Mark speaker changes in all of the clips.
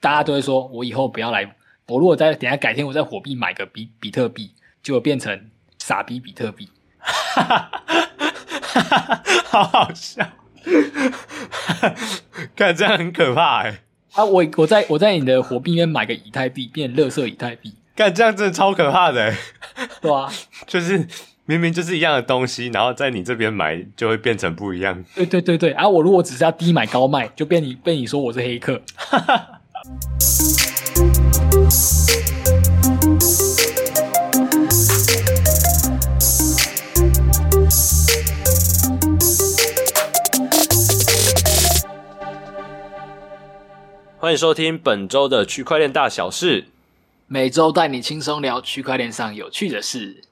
Speaker 1: 大家都会说我以后不要来，我如果再等一下改天我在火币买个比比特币，就变成傻逼比特币。
Speaker 2: 好好笑，看这样很可怕哎、
Speaker 1: 啊，我我在我在你的火币里面买个以太币，变乐色以太币，
Speaker 2: 干这样真的超可怕的、欸，
Speaker 1: 对啊吧、
Speaker 2: 就是明明就是一样的东西，然后在你这边买就会变成不一样。
Speaker 1: 对对对对，啊，我如果只是要低买高卖，就被你被你说我是黑客。
Speaker 2: 欢迎收听本周的区块链大小事。
Speaker 1: 每周带你轻松聊区块链上有趣的事。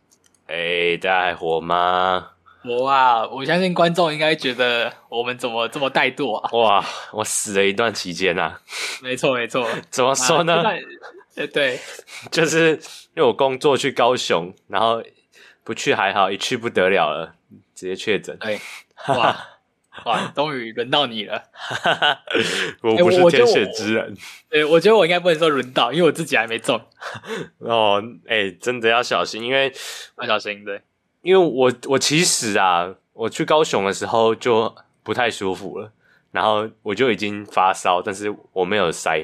Speaker 2: 哎、大家还活吗？
Speaker 1: 我啊，我相信观众应该觉得我们怎么这么怠惰 啊？
Speaker 2: 哇，我死了一段期间啊，
Speaker 1: 没错没错，
Speaker 2: 怎么说呢？
Speaker 1: 啊？呃，对，
Speaker 2: 就是因为我工作去高雄，然后不去还好，一去不得了了，直接确诊。
Speaker 1: 哎，哇哇，终于轮到你了。
Speaker 2: 我
Speaker 1: 哎
Speaker 2: 不是
Speaker 1: 我
Speaker 2: 天
Speaker 1: 就
Speaker 2: 选之人、
Speaker 1: 对，我觉得我应该不能说轮到，因为我自己还没中，
Speaker 2: 哦，哎、真的要小心，因为
Speaker 1: 要小心。对，
Speaker 2: 因为我我其实啊，我去高雄的时候就不太舒服了，然后我就已经发烧，但是我没有塞，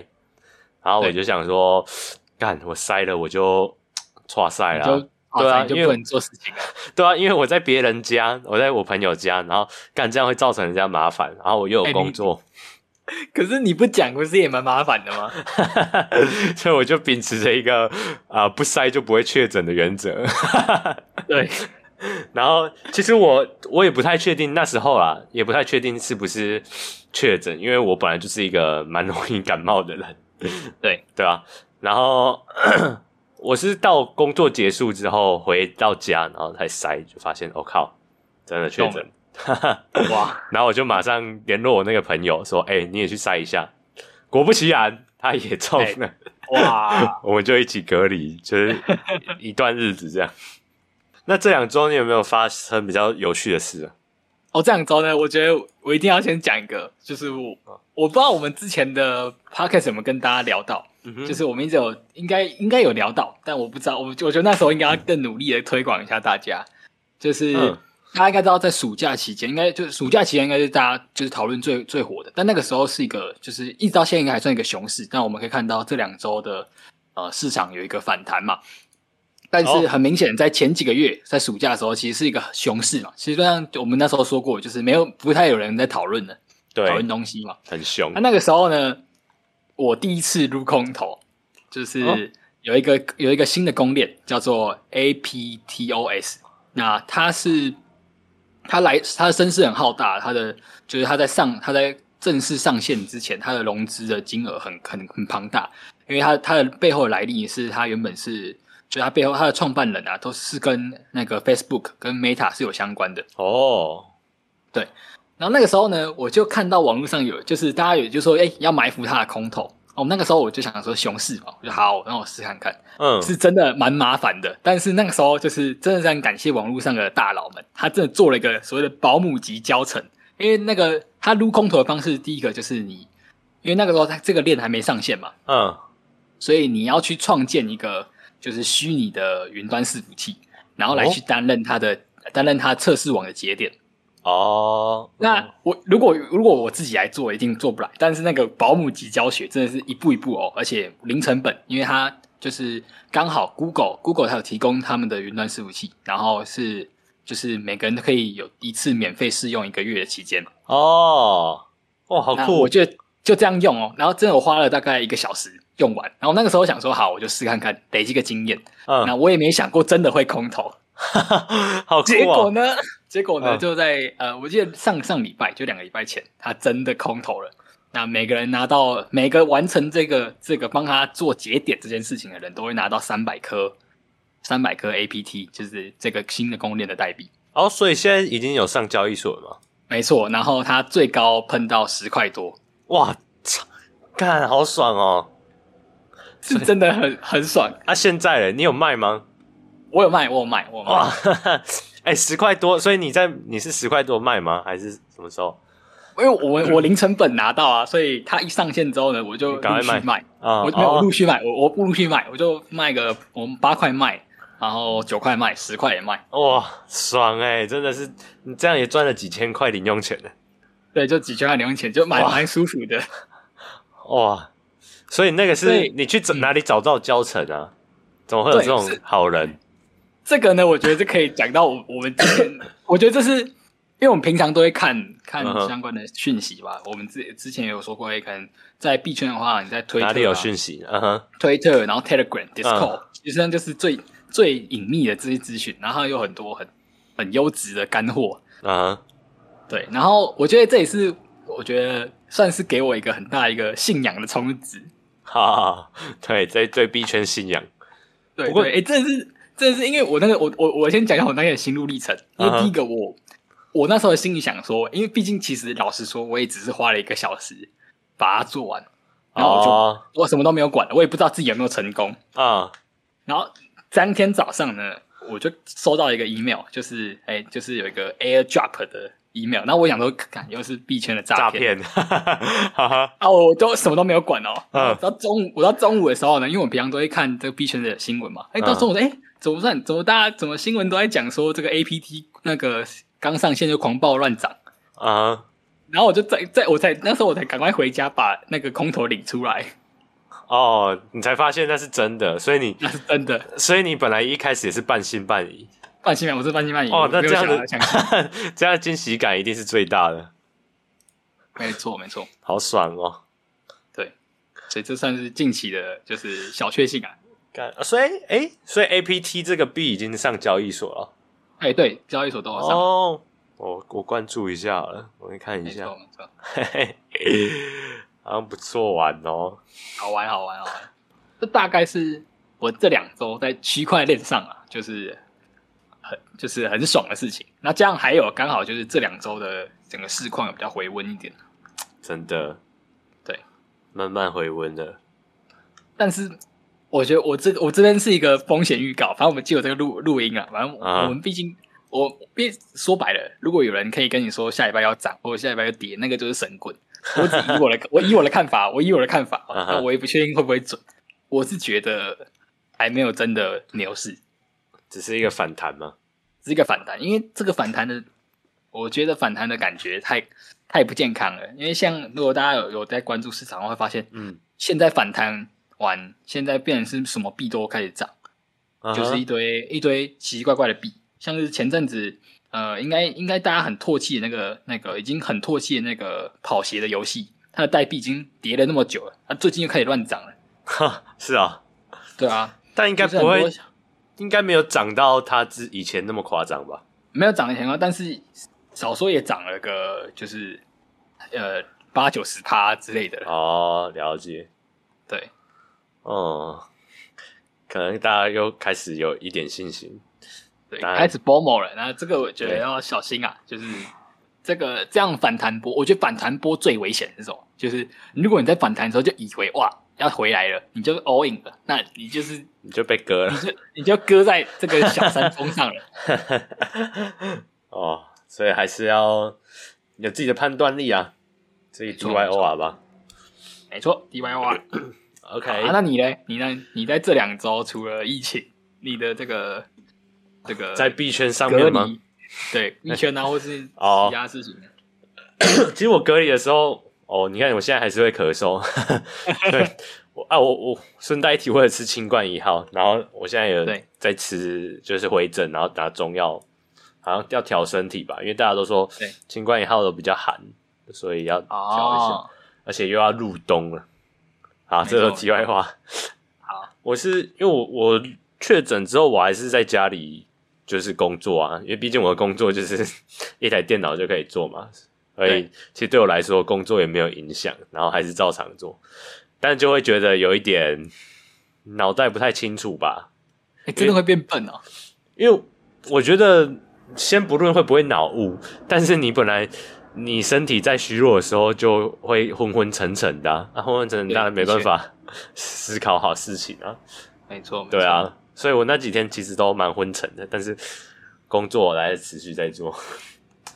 Speaker 2: 然后我
Speaker 1: 对
Speaker 2: 就想说，干我塞了我就错塞
Speaker 1: 你
Speaker 2: 了
Speaker 1: 就
Speaker 2: 啊，对啊
Speaker 1: 你
Speaker 2: 因
Speaker 1: 就
Speaker 2: 为
Speaker 1: 不能做事情了。
Speaker 2: 对啊，因为我在别人家，我在我朋友家，然后干这样会造成人家麻烦，然后我又
Speaker 1: 哎
Speaker 2: 有
Speaker 1: 你
Speaker 2: 工作，
Speaker 1: 可是你不讲，不是也蛮麻烦的吗？
Speaker 2: 所以我就秉持着一个啊、不塞就不会确诊的原则。
Speaker 1: 对，
Speaker 2: 然后其实我我也不太确定那时候啦，也不太确定是不是确诊，因为我本来就是一个蛮容易感冒的人，
Speaker 1: 对
Speaker 2: 对啊。然后 我是到工作结束之后回到家，然后才筛，就发现我、哦靠，真的确
Speaker 1: 中
Speaker 2: 诊
Speaker 1: 了。哇，
Speaker 2: 然后我就马上联络我那个朋友说：“哎、你也去筛一下。”果不其然，他也中了，
Speaker 1: 哇，
Speaker 2: 我们就一起隔离，就是一段日子这样。那这两周你有没有发生比较有趣的事啊？
Speaker 1: 哦，这两周呢，我觉得我一定要先讲一个，就是我我不知道我们之前的 podcast 有没有跟大家聊到，
Speaker 2: 嗯哼
Speaker 1: 就是我们一直有应该应该有聊到，但我不知道，我我觉得那时候应该要更努力的推广一下大家，就是。
Speaker 2: 嗯
Speaker 1: 大家应该知道，在暑假期间，应该就是暑假期间，应该是大家就是讨论最最火的。但那个时候是一个，就是一直到现在应该还算一个熊市。但我们可以看到这两周的呃市场有一个反弹嘛。但
Speaker 2: 哦
Speaker 1: 是很明显，在前几个月，在暑假的时候，其实是一个熊市嘛。其实就像我们那时候说过，就是没有不太有人在讨论的讨
Speaker 2: 对
Speaker 1: 论，东西嘛。
Speaker 2: 很凶
Speaker 1: 啊那、。那个时候呢，我第一次撸空投，就
Speaker 2: 哦
Speaker 1: 是有一个、有一个新的公链叫做 APTOS，那它是它来它的声势很浩大，它的就是它在上它在正式上线之前，它的融资的金额很很很庞大，因为它它的背后的来历是它原本是。就它背后，它的创办人啊，都是跟那个 Facebook 跟 Meta 是有相关的。
Speaker 2: 哦，
Speaker 1: 然后那个时候呢，我就看到网络上有，就是大家有就说，哎、要埋伏他的空头。哦，那个时候我就想说熊市嘛，我就好，让我试看看，
Speaker 2: 嗯，
Speaker 1: 是真的蛮麻烦的。但是那个时候就是真的是很感谢网络上的大佬们，他真的做了一个所谓的保姆级教程，因为那个他撸空头的方式，第一个就是你，因为那个时候他这个链还没上线嘛，
Speaker 2: 嗯，
Speaker 1: 所以你要去创建一个就是虚拟的云端伺服器，然后来
Speaker 2: 哦
Speaker 1: 去担任他的、担任他测试网的节点。
Speaker 2: 哦，
Speaker 1: 那我如果如果我自己来做，一定做不来。但是那个保姆级教学真的是一步一步哦，而且零成本，因为它就是刚好 Google Google 它有提供他们的云端伺服器，然后是就是每个人都可以有一次免费试用一个月的期间。
Speaker 2: 哦，哇，好
Speaker 1: 那
Speaker 2: 酷
Speaker 1: 我！觉得就这样用哦，然后真的我花了大概一个小时用完，然后那个时候想说好，我就试看看，累积个经验。那
Speaker 2: 嗯，
Speaker 1: 我也没想过真的会空投，
Speaker 2: 好酷
Speaker 1: 结果
Speaker 2: 哦！
Speaker 1: 呢？结果呢？
Speaker 2: 嗯
Speaker 1: 就在呃，我记得上上礼拜，就两个礼拜前，他真的空投了。那每个人拿到每个完成这个这个帮他做节点这件事情的人，都会拿到三百颗三百颗 APT，就是这个新的公链的代币。
Speaker 2: 哦，所以现在已经有上交易所了吗？
Speaker 1: 没错，然后它最高喷到十块多，
Speaker 2: 哇，操干，好爽哦！
Speaker 1: 是真的 很很爽。
Speaker 2: 啊，现在嘞，你有卖吗？
Speaker 1: 我有卖，我有卖，我有卖。
Speaker 2: 哇，哎，十块多，所以你在你是十块多卖吗？还是什么时候？
Speaker 1: 因为我我零成本拿到啊，所以它一上线之后呢，我就
Speaker 2: 赶快
Speaker 1: 陆续
Speaker 2: 卖
Speaker 1: 卖，
Speaker 2: 啊，
Speaker 1: 我没有我
Speaker 2: 哦
Speaker 1: 陆续卖，我我不陆续卖，我就卖个我们八块卖，然后九块卖，十块也卖，
Speaker 2: 哇，爽哎、真的是你这样也赚了几千块零用钱了，
Speaker 1: 对，就几千块零用钱，就蛮
Speaker 2: 哇
Speaker 1: 蛮舒服的。
Speaker 2: 哇！所以那个是
Speaker 1: 对
Speaker 2: 你去找
Speaker 1: 嗯
Speaker 2: 哪里找到教程啊？怎么会有这
Speaker 1: 对
Speaker 2: 种
Speaker 1: 是
Speaker 2: 好人？
Speaker 1: 这个呢，我觉得是可以讲到我我们今天，我觉得这是因为我们平常都会看看
Speaker 2: 嗯哼
Speaker 1: 相关的讯息吧。我们之之前也有说过，哎可能在币圈的话，你在推特、啊、
Speaker 2: 哪里有讯息？嗯哼，
Speaker 1: 推特，然后 Telegram、Discord，其实上就是最最隐秘的这些资讯，然后有很多很很优质的干货。
Speaker 2: 嗯哼，
Speaker 1: 对，然后我觉得这也是我觉得算是给我一个很大一个信仰的充值。
Speaker 2: 哈哈，对，在对币圈信仰，
Speaker 1: 对
Speaker 2: 不过
Speaker 1: 对，哎、真的是真的是因为我那个我我我先讲一下我那个心路历程，因
Speaker 2: 嗯
Speaker 1: 为
Speaker 2: 哼
Speaker 1: 第一个我、我那时候心里想说，因为毕竟其实老实说，我也只是花了一个小时把它做完，然后我就、
Speaker 2: 哦
Speaker 1: 我什么都没有管，我也不知道自己有没有成功。
Speaker 2: 啊，
Speaker 1: 然后当天早上呢，我就收到一个 email，就是哎、就是有一个 AirDrop 的 email，然后我想说，看又是币圈的
Speaker 2: 诈
Speaker 1: 诈骗。
Speaker 2: 骗， 哈哈，
Speaker 1: 啊，我都什么都没有管哦。
Speaker 2: 嗯
Speaker 1: 到中午，我到中午的时候呢，因为我平常都会看这个币圈的新闻嘛。哎、
Speaker 2: 嗯
Speaker 1: 到中午，哎、怎么算？怎么大家怎么新闻都在讲说这个 APT 那个刚上线就狂暴乱涨？
Speaker 2: 啊
Speaker 1: 然后我就在在我才那时候我才赶快回家把那个空头领出来，
Speaker 2: 哦，你才发现那是真的，所以你，
Speaker 1: 那是真的。
Speaker 2: 所以你本来一开始也是半信半疑，
Speaker 1: 半信半疑，我是半信半疑。
Speaker 2: 哦
Speaker 1: 我
Speaker 2: 那
Speaker 1: 嗯没有
Speaker 2: 这
Speaker 1: 想
Speaker 2: 样子
Speaker 1: 想啊想
Speaker 2: 这样惊喜感一定是最大的，
Speaker 1: 没错没错，
Speaker 2: 好爽哦！
Speaker 1: 对，所以这算是近期的，就是小确幸啊。
Speaker 2: 干，啊所以诶，所以 A P T 这个币已经上交易所了
Speaker 1: 哎、对，交易所都有上，
Speaker 2: 哦。我我关注一下好了，我先看一
Speaker 1: 没
Speaker 2: 下
Speaker 1: 错，没错，
Speaker 2: 嘿嘿， 好像不错玩哦。
Speaker 1: 好玩，好玩，好玩。 这大概是我这两周在区块链上啊，就是很就是很爽的事情。那这样还有刚好就是这两周的整个市况也比较回温一点，啊
Speaker 2: 真的，
Speaker 1: 对，
Speaker 2: 慢慢回温了。
Speaker 1: 但是。我觉得我这个我这边是一个风险预告，反正我们就有这个录录音啊，反正
Speaker 2: 啊
Speaker 1: 我们毕竟我毕说白了，如果有人可以跟你说下礼拜要涨或者下礼拜要跌，那个就是神棍。我只以我 的我以我的看法，我以我的看法，
Speaker 2: 啊哈
Speaker 1: 那我也不确定会不会准。我是觉得还没有真的牛市，
Speaker 2: 只是一个反弹嘛，
Speaker 1: 是一个反弹，因为这个反弹的，我觉得反弹的感觉太太不健康了。因为像如果大家有有在关注市场，会发现
Speaker 2: 嗯，
Speaker 1: 现在反弹完，现在变成是什么币都开始涨，
Speaker 2: 啊
Speaker 1: 就是一堆一堆奇奇怪怪的币，像是前阵子呃，应该应该大家很唾弃的那个那个已经很唾弃的那个跑鞋的游戏，它的代币已经跌了那么久了，它最近又开始乱涨了。
Speaker 2: 哈，是啊，
Speaker 1: 对啊，
Speaker 2: 但应该
Speaker 1: 就是
Speaker 2: 不
Speaker 1: 很
Speaker 2: 会
Speaker 1: 多，
Speaker 2: 应该没有涨到它之以前那么夸张吧？
Speaker 1: 没有涨得很高，但是少说也涨了个就是呃八九十趴之类的。
Speaker 2: 哦，了解，
Speaker 1: 对，
Speaker 2: 哦，可能大家又开始有一点信心。
Speaker 1: 对，
Speaker 2: 当然
Speaker 1: 开始 BOMO 了，那这个我觉得
Speaker 2: 对
Speaker 1: 要小心啊，就是这个这样反弹波，我觉得反弹波最危险的是什么？就是如果你在反弹的时候就以为哇要回来了，你就 all in 了，那你就是
Speaker 2: 你就被割了
Speaker 1: 你就你就搁在这个小山峰上 了。
Speaker 2: 哦，所以还是要有自己的判断力啊，自己
Speaker 1: 没错
Speaker 2: DYO 啊吧。
Speaker 1: 没错，D Y O R。
Speaker 2: OK，
Speaker 1: 啊，那你呢？你呢？你在这两周除了疫情，你的这个这个
Speaker 2: 在币圈上
Speaker 1: 隔
Speaker 2: 面吗？
Speaker 1: 离，对 币圈啊，或是
Speaker 2: 哦
Speaker 1: 其他 事情。
Speaker 2: 其实我隔离的时候，哦，你看我现在还是会咳嗽。 对，我啊，我我顺带一提，我也吃清冠一号，然后我现在也
Speaker 1: 对
Speaker 2: 在吃，就是回诊，然后打中药，好像要调身体吧，因为大家都说
Speaker 1: 对
Speaker 2: 清冠一号都比较寒，所以要调一下，
Speaker 1: 哦，
Speaker 2: 而且又要入冬了。好，
Speaker 1: 没
Speaker 2: 这都
Speaker 1: 错
Speaker 2: 题外话。
Speaker 1: 好，
Speaker 2: 我是因为我我确诊之后，我还是在家里就是工作啊，因为毕竟我的工作就是 一台电脑就可以做嘛，所以
Speaker 1: 对
Speaker 2: 其实对我来说工作也没有影响，然后还是照常做，但就会觉得有一点脑袋不太清楚吧，
Speaker 1: 哎，真的会变笨哦。
Speaker 2: 因为我觉得先不论会不会脑雾，但是你本来。你身体在虚弱的时候就会昏昏沉沉的啊，啊昏昏沉沉当然
Speaker 1: 对
Speaker 2: 没
Speaker 1: 的
Speaker 2: 办
Speaker 1: 确
Speaker 2: 法 思考好事情啊。
Speaker 1: 没错，没错
Speaker 2: 对，啊，所以我那几天其实都蛮昏沉的，但是工作我还是持续在做。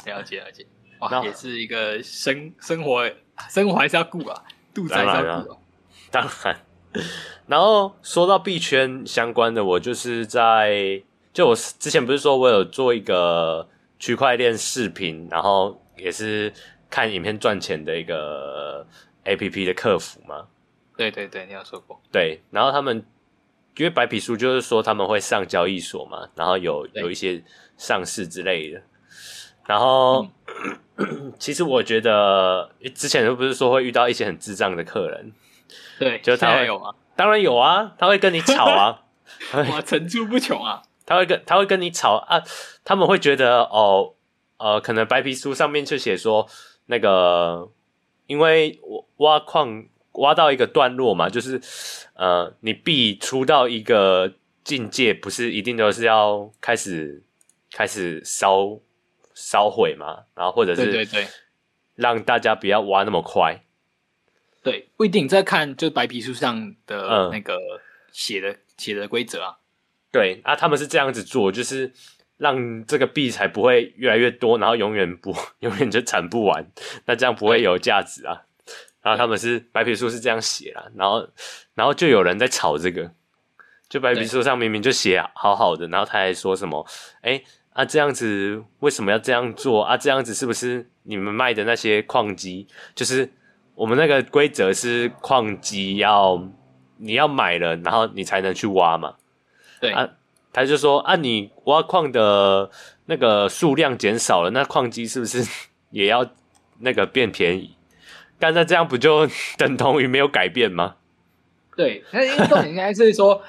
Speaker 1: 了解了解。哇，
Speaker 2: 那
Speaker 1: 也是一个生生活生活还是要顾啊，肚子还是
Speaker 2: 当然
Speaker 1: 要
Speaker 2: 啊
Speaker 1: 顾啊。
Speaker 2: 当然。然后说到币圈相关的，我就是在就我之前不是说我有做一个区块链视频，然后也是看影片赚钱的一个 A P P 的客服嘛。
Speaker 1: 对对对，你有说过，
Speaker 2: 对，然后他们因为白皮书就是说他们会上交易所嘛，然后有
Speaker 1: 对
Speaker 2: 有一些上市之类的。然后、 其实我觉得之前又不是说会遇到一些很智障的客人，
Speaker 1: 对，
Speaker 2: 就
Speaker 1: 现
Speaker 2: 他会
Speaker 1: 在有 吗？
Speaker 2: 当然有啊，他会跟你吵啊。
Speaker 1: 哇，层出不穷啊！
Speaker 2: 他会跟他会跟你吵啊，他们会觉得哦，呃，可能白皮书上面就写说那个，因为我挖矿挖到一个段落嘛，就是呃，你币出到一个境界，不是一定都是要开始开始烧烧毁嘛，然后或者
Speaker 1: 对对
Speaker 2: 是
Speaker 1: 对
Speaker 2: 让大家不要挖那么快，
Speaker 1: 对，不一定在看就是白皮书上的
Speaker 2: 嗯
Speaker 1: 那个写的写的规则啊。
Speaker 2: 对啊，他们是这样子做，就是让这个币才不会越来越多，然后永远不 永远就产不完，那这样不会有价值啊。然后他们是白皮书是这样写啦，然后然后就有人在吵这个，就白皮
Speaker 1: 对
Speaker 2: 书上明明就写好好的，然后他还说什么，哎啊这样子为什么要这样做啊？这样子是不是你们卖的那些矿机，就是我们那个规则是矿机要你要买了，然后你才能去挖嘛？
Speaker 1: 对，
Speaker 2: 啊他就说啊，你挖矿的那个数量减少了，那矿机是不是也要那个变便宜？但那这样不就等同于没有改变吗？
Speaker 1: 对，那因为重点应该是说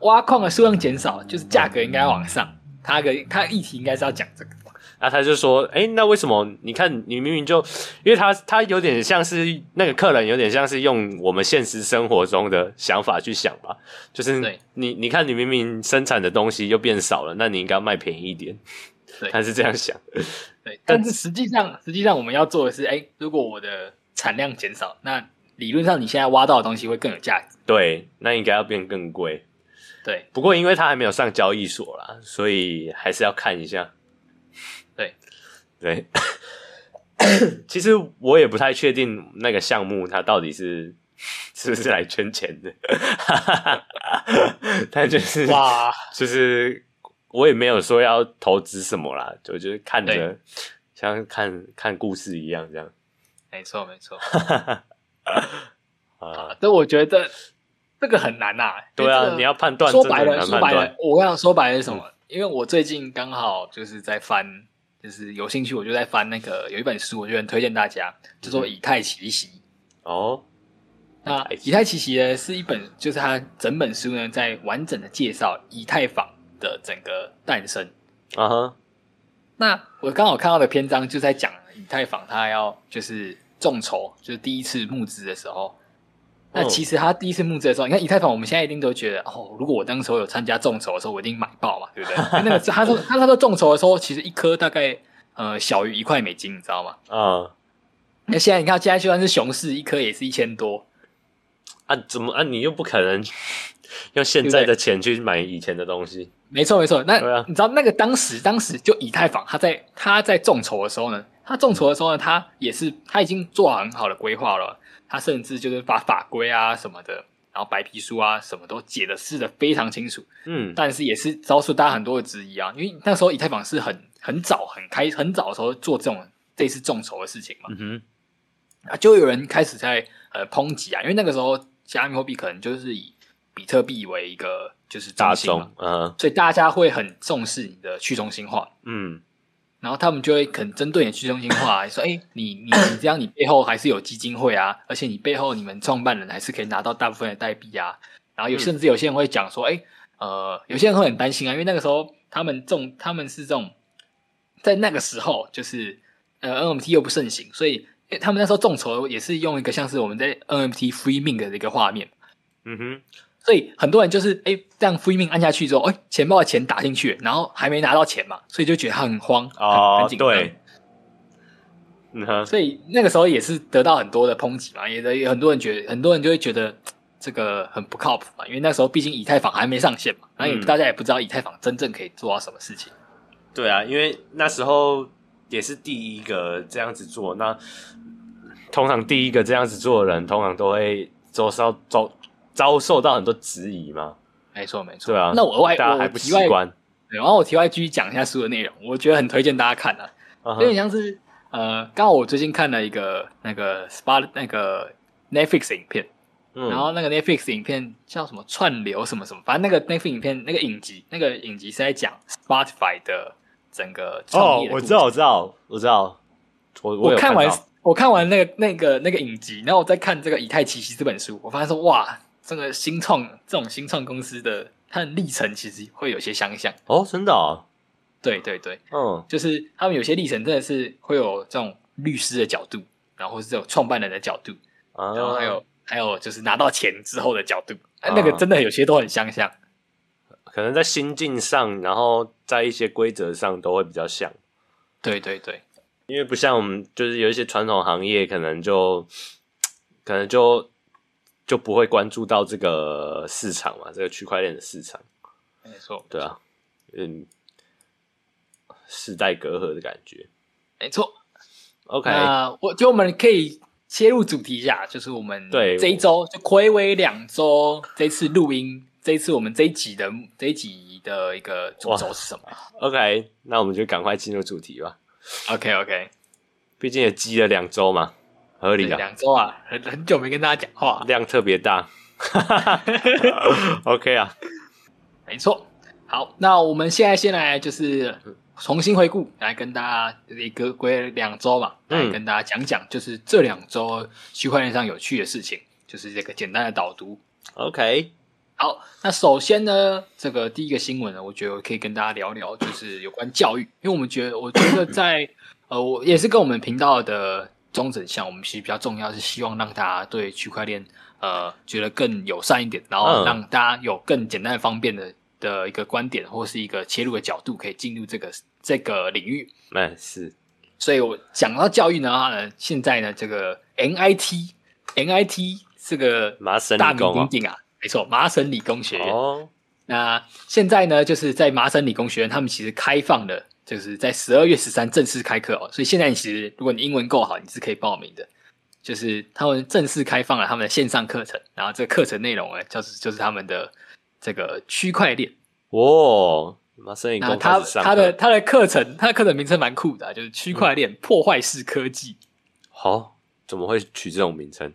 Speaker 1: 挖矿的数量减少，就是价格应该往上。他的他议题应该是要讲这个，
Speaker 2: 啊，他就说，哎、那为什么？你看，你明明就，因为他他有点像是那个客人，有点像是用我们现实生活中的想法去想吧，就是
Speaker 1: 对
Speaker 2: 你你看，你明明生产的东西又变少了，那你应该卖便宜一点
Speaker 1: 对。
Speaker 2: 他是这样想，
Speaker 1: 对。
Speaker 2: 但
Speaker 1: 但是实际上，实际上我们要做的是，哎，如果我的产量减少，那理论上你现在挖到的东西会更有价值。
Speaker 2: 对，那应该要变更贵。
Speaker 1: 对，
Speaker 2: 不过因为他还没有上交易所啦，所以还是要看一下。
Speaker 1: 对，
Speaker 2: 对。 其实我也不太确定那个项目它到底是是不是来圈钱的， 但就是
Speaker 1: 哇，
Speaker 2: 就是我也没有说要投资什么啦，就就是看着
Speaker 1: 对
Speaker 2: 像看看故事一样这样
Speaker 1: 没错没错。
Speaker 2: 啊。
Speaker 1: 但我觉得这个很难呐、因
Speaker 2: 对
Speaker 1: 为哎这
Speaker 2: 啊，
Speaker 1: 个
Speaker 2: 你要判断
Speaker 1: 说
Speaker 2: 真的
Speaker 1: 白
Speaker 2: 很
Speaker 1: 了，
Speaker 2: 难
Speaker 1: 说
Speaker 2: 判
Speaker 1: 白
Speaker 2: 断嗯
Speaker 1: 了，。我跟你讲，说白了是什么？因为我最近刚好就是在翻，就是有兴趣我就在翻那个有一本书，我就很推荐大家，叫
Speaker 2: 嗯
Speaker 1: 做《以太奇袭》。
Speaker 2: 哦，
Speaker 1: 那《
Speaker 2: 太奇
Speaker 1: 以太奇袭》呢是一本，就是它整本书呢在完整的介绍以太坊的整个诞生。
Speaker 2: 啊哈，
Speaker 1: 那我刚好看到的篇章就在讲以太坊，它要就是众筹，就是第一次募资的时候。那其实它第一次募资的时候，你看以太坊，我们现在一定都觉得哦，如果我当时候有参加众筹的时候，我一定买爆嘛，对不对？因为那个他说他他说众筹的时候，其实一颗大概呃小于一块美金，你知道吗？
Speaker 2: 啊
Speaker 1: 那现在你看，现在就算是熊市，一颗也是一千多，
Speaker 2: 啊，怎么啊？你又不可能用现在的钱去买以前的东西，
Speaker 1: 没错没错，那、
Speaker 2: 对啊
Speaker 1: 你知道那个当时当时就以太坊，他在他在众筹的时候呢，他众筹的时候呢，他也是他已经做好很好的规划了，他甚至就是把法规啊什么的，然后白皮书啊什么都解的释的非常清楚，
Speaker 2: 嗯，
Speaker 1: 但是也是遭受大家很多的质疑啊，因为那时候以太坊是很很早很开很早的时候做这种这次众筹的事情嘛，
Speaker 2: 嗯哼，
Speaker 1: 啊，就有人开始在呃抨击啊，因为那个时候加密货币可能就是以比特币为一个就是
Speaker 2: 大
Speaker 1: 中心嘛
Speaker 2: 众，嗯
Speaker 1: 所以大家会很重视你的去中心化，
Speaker 2: 嗯，
Speaker 1: 然后他们就会可能针对你的去中心化，说：“哎、你你你这样，你背后还是有基金会啊，而且你背后你们创办人还是可以拿到大部分的代币啊。”然后有
Speaker 2: 嗯
Speaker 1: 甚至有些人会讲说：“哎、呃，有些人会很担心啊，因为那个时候他们这种他们是这种，在那个时候就是呃 NMT 又不盛行，所以哎他们那时候众筹也是用一个像是我们在 NMT free mint 的一个画面。”
Speaker 2: 嗯哼，
Speaker 1: 所以很多人就是哎、诶这样 free 命按下去之后，哎、钱包的钱打进去，然后还没拿到钱嘛，所以就觉得他很慌，很
Speaker 2: 哦
Speaker 1: 很，紧张。
Speaker 2: 对，，嗯哼，
Speaker 1: 所以那个时候也是得到很多的抨击嘛，也也很多人觉得，很多人就会觉得嘖这个很不靠谱嘛，因为那时候毕竟以太坊还没上线嘛，然后也
Speaker 2: 嗯
Speaker 1: 大家也不知道以太坊真正可以做到什么事情。
Speaker 2: 对啊，因为那时候也是第一个这样子做。那通常第一个这样子做的人，通常都会遭受遭遭受到很多质疑嘛，
Speaker 1: 没错没错。
Speaker 2: 对啊。
Speaker 1: 那我额外
Speaker 2: 大家
Speaker 1: 我
Speaker 2: 还
Speaker 1: 我
Speaker 2: 不
Speaker 1: 题
Speaker 2: 习
Speaker 1: 外
Speaker 2: 惯，
Speaker 1: 对，然后我题外继续讲一下书的内容，我觉得很推荐大家看啊，
Speaker 2: 嗯
Speaker 1: 有点
Speaker 2: 哼
Speaker 1: 像是呃，刚好我最近看了一个那个 Spot 那个 Netflix 影片，
Speaker 2: 嗯
Speaker 1: 然后那个 Netflix 影片叫什么串流什么什么，反正那个 Netflix 影片那个影集那个影集是在讲 Spotify 的整个创
Speaker 2: 哦
Speaker 1: 业，的故
Speaker 2: 我知
Speaker 1: 事
Speaker 2: 道，我知道，我知道，我
Speaker 1: 我
Speaker 2: 有
Speaker 1: 看
Speaker 2: 看
Speaker 1: 完
Speaker 2: 到
Speaker 1: 我看完那个那个那个影集，然后我再看这个《以太奇袭》这本书，我发现说哇，这个新创这种新创公司的它的历程其实会有些相像。
Speaker 2: 哦，真的哦，
Speaker 1: 对对对，
Speaker 2: 嗯
Speaker 1: 就是他们有些历程真的是会有这种律师的角度，然后是这种创办人的角度，
Speaker 2: 啊，
Speaker 1: 然后还有还有就是拿到钱之后的角度，哎
Speaker 2: 啊
Speaker 1: 那个真的有些都很相像。
Speaker 2: 可能在心境上，然后在一些规则上都会比较像，
Speaker 1: 对对对，
Speaker 2: 因为不像我们就是有一些传统行业，可能就可能就就不会关注到这个市场嘛，这个区块链的市场，
Speaker 1: 没错
Speaker 2: 对啊，嗯，世代隔阂的感觉。
Speaker 1: 没错。
Speaker 2: OK，
Speaker 1: 那我觉得我们可以切入主题一下，就是我们
Speaker 2: 对
Speaker 1: 这一周就暌违两周，这次录音，这一次我们这一集的这一集的一个主轴是什么
Speaker 2: OK，那我们就赶快进入主题吧，
Speaker 1: ？OK OK，
Speaker 2: 毕竟也积了两周嘛，合理的。
Speaker 1: 两周啊，很很久没跟大家讲话，
Speaker 2: 量特 别大。OK 啊，
Speaker 1: 没错。好，那我们现在先来就是重新回顾，来跟大家一个归两周嘛，
Speaker 2: 嗯
Speaker 1: 来跟大家讲讲，就是这两周区块链上有趣的事情，就是这个简单的导读。
Speaker 2: OK，
Speaker 1: 好，那首先呢，这个第一个新闻呢，我觉得我可以跟大家聊聊，就是有关教育，因为我们觉得，我觉得在呃，我也是跟我们频道的宗旨像，我们其实比较重要是希望让大家对区块链呃觉得更友善一点，然后
Speaker 2: 嗯
Speaker 1: 让大家有更简单方便的的一个观点或是一个切入的角度，可以进入这个这个领域。
Speaker 2: 那哎是
Speaker 1: 所以我讲到教育呢，它呢现在呢这个 NIT NIT 这个
Speaker 2: 麻省
Speaker 1: 大
Speaker 2: 理
Speaker 1: 名鼎
Speaker 2: 工
Speaker 1: 鼎啊，没错，麻省理工学院。
Speaker 2: 哦，
Speaker 1: 那现在呢，就是在麻省理工学院，他们其实开放了，就是在十二月十三正式开课哦。所以现在你其实如果你英文够好，你是可以报名的。就是他们正式开放了他们的线上课程，然后这个课程内容呢，就是就是他们的这个区块链。
Speaker 2: 哦，麻省理
Speaker 1: 那
Speaker 2: 工
Speaker 1: 他
Speaker 2: 开始上
Speaker 1: 他的
Speaker 2: 课
Speaker 1: 他的课程，他的课程名称蛮酷的啊、就是区块链破坏式科技。
Speaker 2: 好、怎么会取这种名称？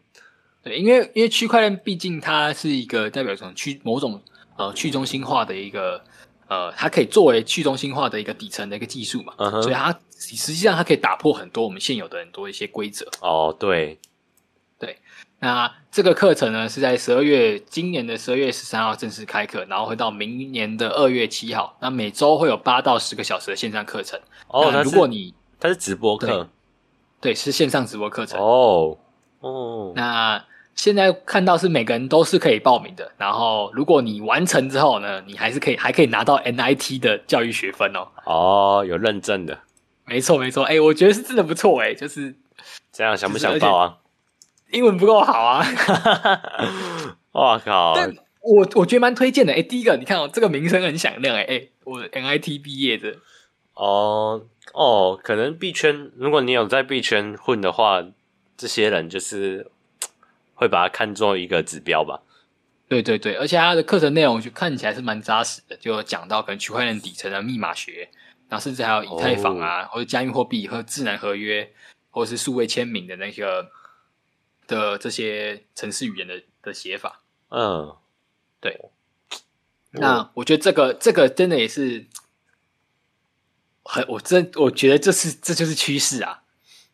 Speaker 1: 对，因为因为区块链毕竟它是一个代表什么去某种呃去中心化的一个呃，它可以作为去中心化的一个底层的一个技术嘛，
Speaker 2: 嗯哼
Speaker 1: 所以它实际上它可以打破很多我们现有的很多一些规则。
Speaker 2: 哦，对，
Speaker 1: 那这个课程呢是在十二月今年的十二月十三号正式开课，然后会到明年的二月七号。那每周会有八到十个小时的线上课程。
Speaker 2: 哦，
Speaker 1: 那
Speaker 2: 他
Speaker 1: 如果
Speaker 2: 是
Speaker 1: 你
Speaker 2: 他是直播课
Speaker 1: 对是线上直播课程，
Speaker 2: 哦哦，
Speaker 1: 那现在看到是每个人都是可以报名的，然后如果你完成之后呢，你还是可以还可以拿到 NIT 的教育学分哦。
Speaker 2: 哦，有认证的，
Speaker 1: 没错没错，哎、我觉得是真的不错哎、就是
Speaker 2: 这样想不
Speaker 1: 就是
Speaker 2: 想报啊？
Speaker 1: 英文不够好啊，
Speaker 2: 哇靠！
Speaker 1: 但我我觉得蛮推荐的。哎、第一个你看哦，这个名声很响亮哎、哎、我 NIT 毕业的，
Speaker 2: 哦哦，可能币圈，如果你有在币圈混的话，这些人就是嘖会把它看作一个指标吧。
Speaker 1: 对对对，而且他的课程内容就看起来是蛮扎实的，就有讲到可能区块链底层的密码学，然后甚至还有以太坊啊，或者加密货币和智能合约，或者是数位签名的那个的这些程式语言的的写法。
Speaker 2: 嗯，
Speaker 1: 对
Speaker 2: 嘖
Speaker 1: 那我觉得这个这个真的也是很，我真我觉得这是这就是趋势啊，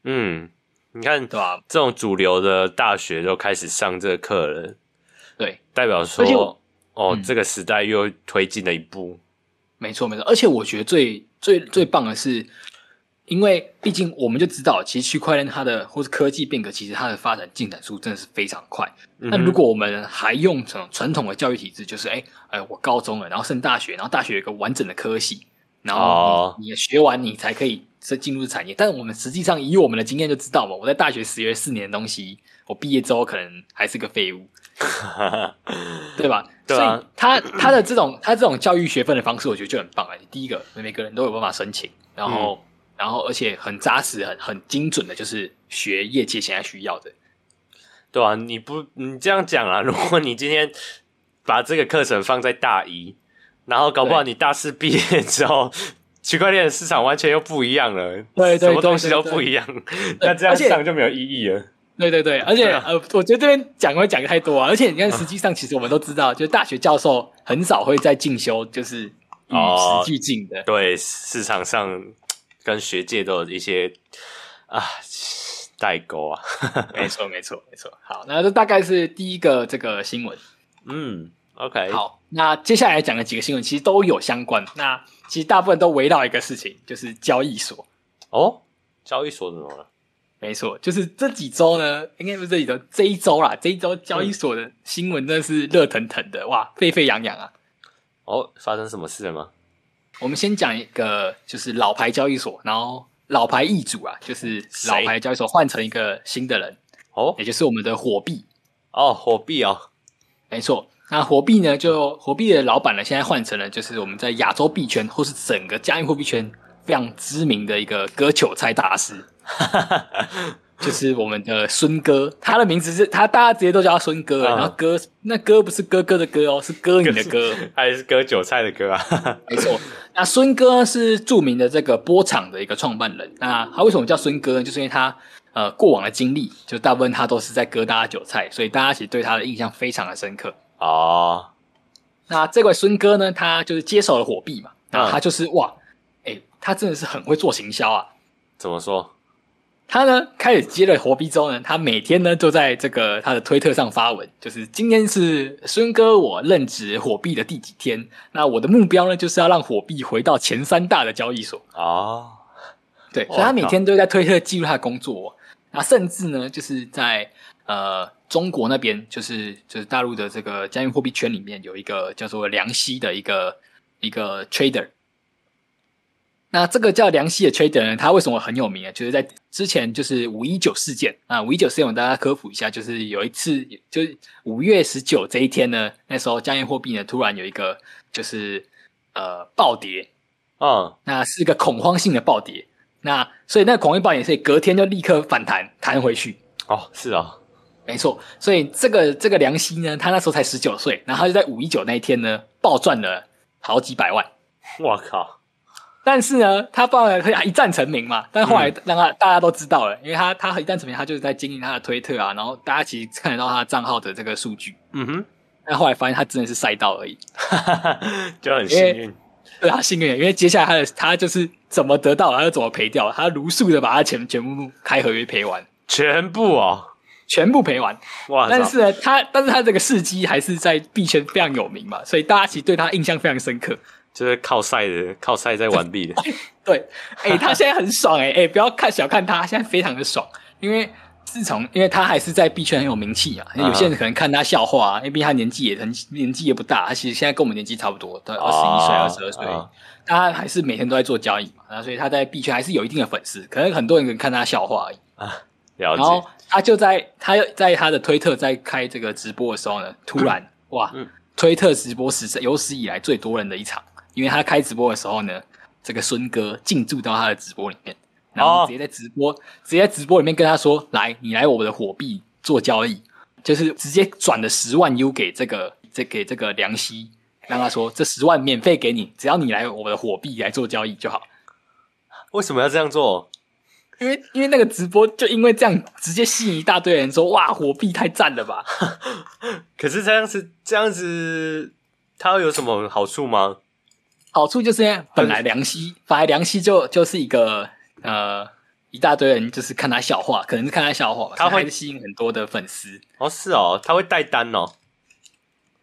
Speaker 2: 嗯，你看
Speaker 1: 对啊吧？
Speaker 2: 这种主流的大学都开始上这个课了，
Speaker 1: 对，
Speaker 2: 代表
Speaker 1: 而且我
Speaker 2: 说哦，
Speaker 1: 嗯
Speaker 2: 这个时代又推进了一步。
Speaker 1: 没错没错，而且我觉得最最最棒的是，因为毕竟我们就知道，其实区块链它的或是科技变革，其实它的发展进展速真的是非常快。那、
Speaker 2: 嗯哼
Speaker 1: 如果我们还用这种传统的教育体制，就是哎哎、我高中了，然后升大学，然后大学有一个完整的科系，然后你,、
Speaker 2: 哦
Speaker 1: 你学完你才可以是进入产业。但我们实际上以我们的经验就知道嘛，我在大学学四年的东西，我毕业之后可能还是个废 物。对吧？
Speaker 2: 对啊
Speaker 1: 所以他 他的
Speaker 2: 嗯
Speaker 1: 这种他这种教育学分的方式，我觉得就很棒哎、第一个，每个人都有办法申请，然后、然后而且很扎实、很很精准的，就是学业界现在需要的。
Speaker 2: 对啊，你不你这样讲啊，如果你今天把这个课程放在大一，然后搞不好你大四毕业之后，区块链的市场完全又不一样了，
Speaker 1: 对对对
Speaker 2: 什么东西都不一样，那这样
Speaker 1: 而且
Speaker 2: 上就没有意义了。
Speaker 1: 对对对，而且、
Speaker 2: 对啊
Speaker 1: 呃，我觉得这边讲会讲得太多啊，而且你看，实际上其实我们都知道，就是大学教授很少会在进修，就是与
Speaker 2: 哦
Speaker 1: 时俱进的。
Speaker 2: 对，市场上跟学界都有一些啊代沟啊，
Speaker 1: 没错，没错，没错。好，那这大概是第一个这个新闻。
Speaker 2: 嗯，OK，，
Speaker 1: 好，那接下来讲的几个新闻其实都有相关，那其实大部分都围绕一个事情，就是交易所。
Speaker 2: 哦，交易所怎么了？
Speaker 1: 没错，就是这几周呢，应该不是这几周，这一周啦，这一周交易所的新闻真的是热腾腾的，哇，沸沸扬扬啊！
Speaker 2: 哦，发生什么事了吗？
Speaker 1: 我们先讲一个，就是老牌交易所，然后老牌易主啊，就是老
Speaker 2: 谁
Speaker 1: 牌交易所换成一个新的人，
Speaker 2: 哦
Speaker 1: 也就是我们的火币。
Speaker 2: 哦，火币哦，
Speaker 1: 没错，那火币呢，就火币的老板呢，现在换成了就是我们在亚洲币圈或是整个加密货币圈非常知名的一个割韭菜大师，就是我们的孙哥。他的名字是他，大家直接都叫他孙哥，
Speaker 2: 嗯
Speaker 1: 然后哥那哥不是哥哥的哥哦，是歌你的歌。
Speaker 2: 还是割韭菜的割啊？
Speaker 1: 没错，那孙哥是著名的这个波场的一个创办人。那他为什么叫孙哥呢？就是因为他呃过往的经历，就大部分他都是在割大家韭菜，所以大家其实对他的印象非常的深刻。
Speaker 2: 哦，
Speaker 1: 那这位孙哥呢，他就是接手了火币嘛，
Speaker 2: 嗯
Speaker 1: 那他就是、哇，哎、他真的是很会做行销啊。
Speaker 2: 怎么说？
Speaker 1: 他呢开始接了火币之后呢，他每天呢都在这个他的推特上发文，就是今天是孙哥我任职火币的第几天，那我的目标呢就是要让火币回到前三大的交易所。
Speaker 2: 哦，
Speaker 1: 对，
Speaker 2: 哇
Speaker 1: 所以他每天都在推特记录他的工作、哦，那甚至呢，就是在呃中国那边，就是就是大陆的这个加密货币圈里面有一个叫做梁希的一个一个 trader。那这个叫梁希的 trader 呢，他为什么很有名啊？就是在之前就是五一九事件啊，五一九事件我们大家科普一下，就是有一次就是五月十九这一天呢，那时候加密货币呢突然有一个就是呃暴跌，
Speaker 2: 嗯，
Speaker 1: 那是一个恐慌性的暴跌。那所以那个恐慌暴跌，所以隔天就立刻反弹，弹回去。
Speaker 2: 哦，是哦，
Speaker 1: 没错，所以这个这个梁希呢，他那时候才十九岁，然后他就在五一九那一天呢，暴赚了好几百万。
Speaker 2: 我靠，
Speaker 1: 但是呢，他暴了他一战成名嘛，但后来让他、大家都知道了，因为他他一战成名，他就是在经营他的推特啊，然后大家其实看得到他的账号的这个数据。
Speaker 2: 嗯哼，
Speaker 1: 但后来发现他真的是赛道而已，
Speaker 2: 哈哈哈， 就很幸运，
Speaker 1: 对他幸运了，因为接下来他的他就是怎么得到，他就怎么赔掉，他如数的把他钱全部开合约赔完。
Speaker 2: 全部哦，
Speaker 1: 全部赔完。
Speaker 2: 哇，
Speaker 1: 但是呢，他但是他这个事迹还是在币圈非常有名嘛，所以大家其实对他印象非常深刻。
Speaker 2: 就是靠赛的，靠赛在完 毕的，
Speaker 1: 对， 哎、他现在很爽哎、哎、不要看小看他，他现在非常的爽，因为自从因为他还是在币圈很有名气嘛，
Speaker 2: 嗯
Speaker 1: 有些人可能看他笑话、啊，因为毕竟他年纪也很年纪也不大，他其实现在跟我们年纪差不多，都二十一岁、
Speaker 2: 啊
Speaker 1: 二十二岁
Speaker 2: 啊，
Speaker 1: 但他还是每天都在做交易嘛，那所以他在币圈还是有一定的粉丝，可能很多人可能看他笑话而已。
Speaker 2: 了
Speaker 1: 然后
Speaker 2: 解，
Speaker 1: 他就在他在他的推特在开这个直播的时候 呢，突然哇
Speaker 2: 嗯，
Speaker 1: 推特直播史上有史以来最多人的一场，因为他开直播的时候呢，这个孙哥进驻到他的直播里面，
Speaker 2: 哦
Speaker 1: 然后直接在直播、直接在直播里面跟他说：“来，你来我的火币做交易。”就是直接转了十万 U 给这个这给这个梁希，让他说这十万免费给你，只要你来我的火币来做交易就好。
Speaker 2: 为什么要这样做？
Speaker 1: 因为因为那个直播就因为这样直接吸引一大堆人说哇火币太赞了吧，
Speaker 2: 可是这样子，这样子，它有什么好处吗？
Speaker 1: 好处就是因为本来梁希本来梁希就就是一个呃一大堆人就是看他笑话，可能是看他笑话吧，
Speaker 2: 他会
Speaker 1: 所以还是吸引很多的粉丝，
Speaker 2: 哦，是哦，它会带单哦，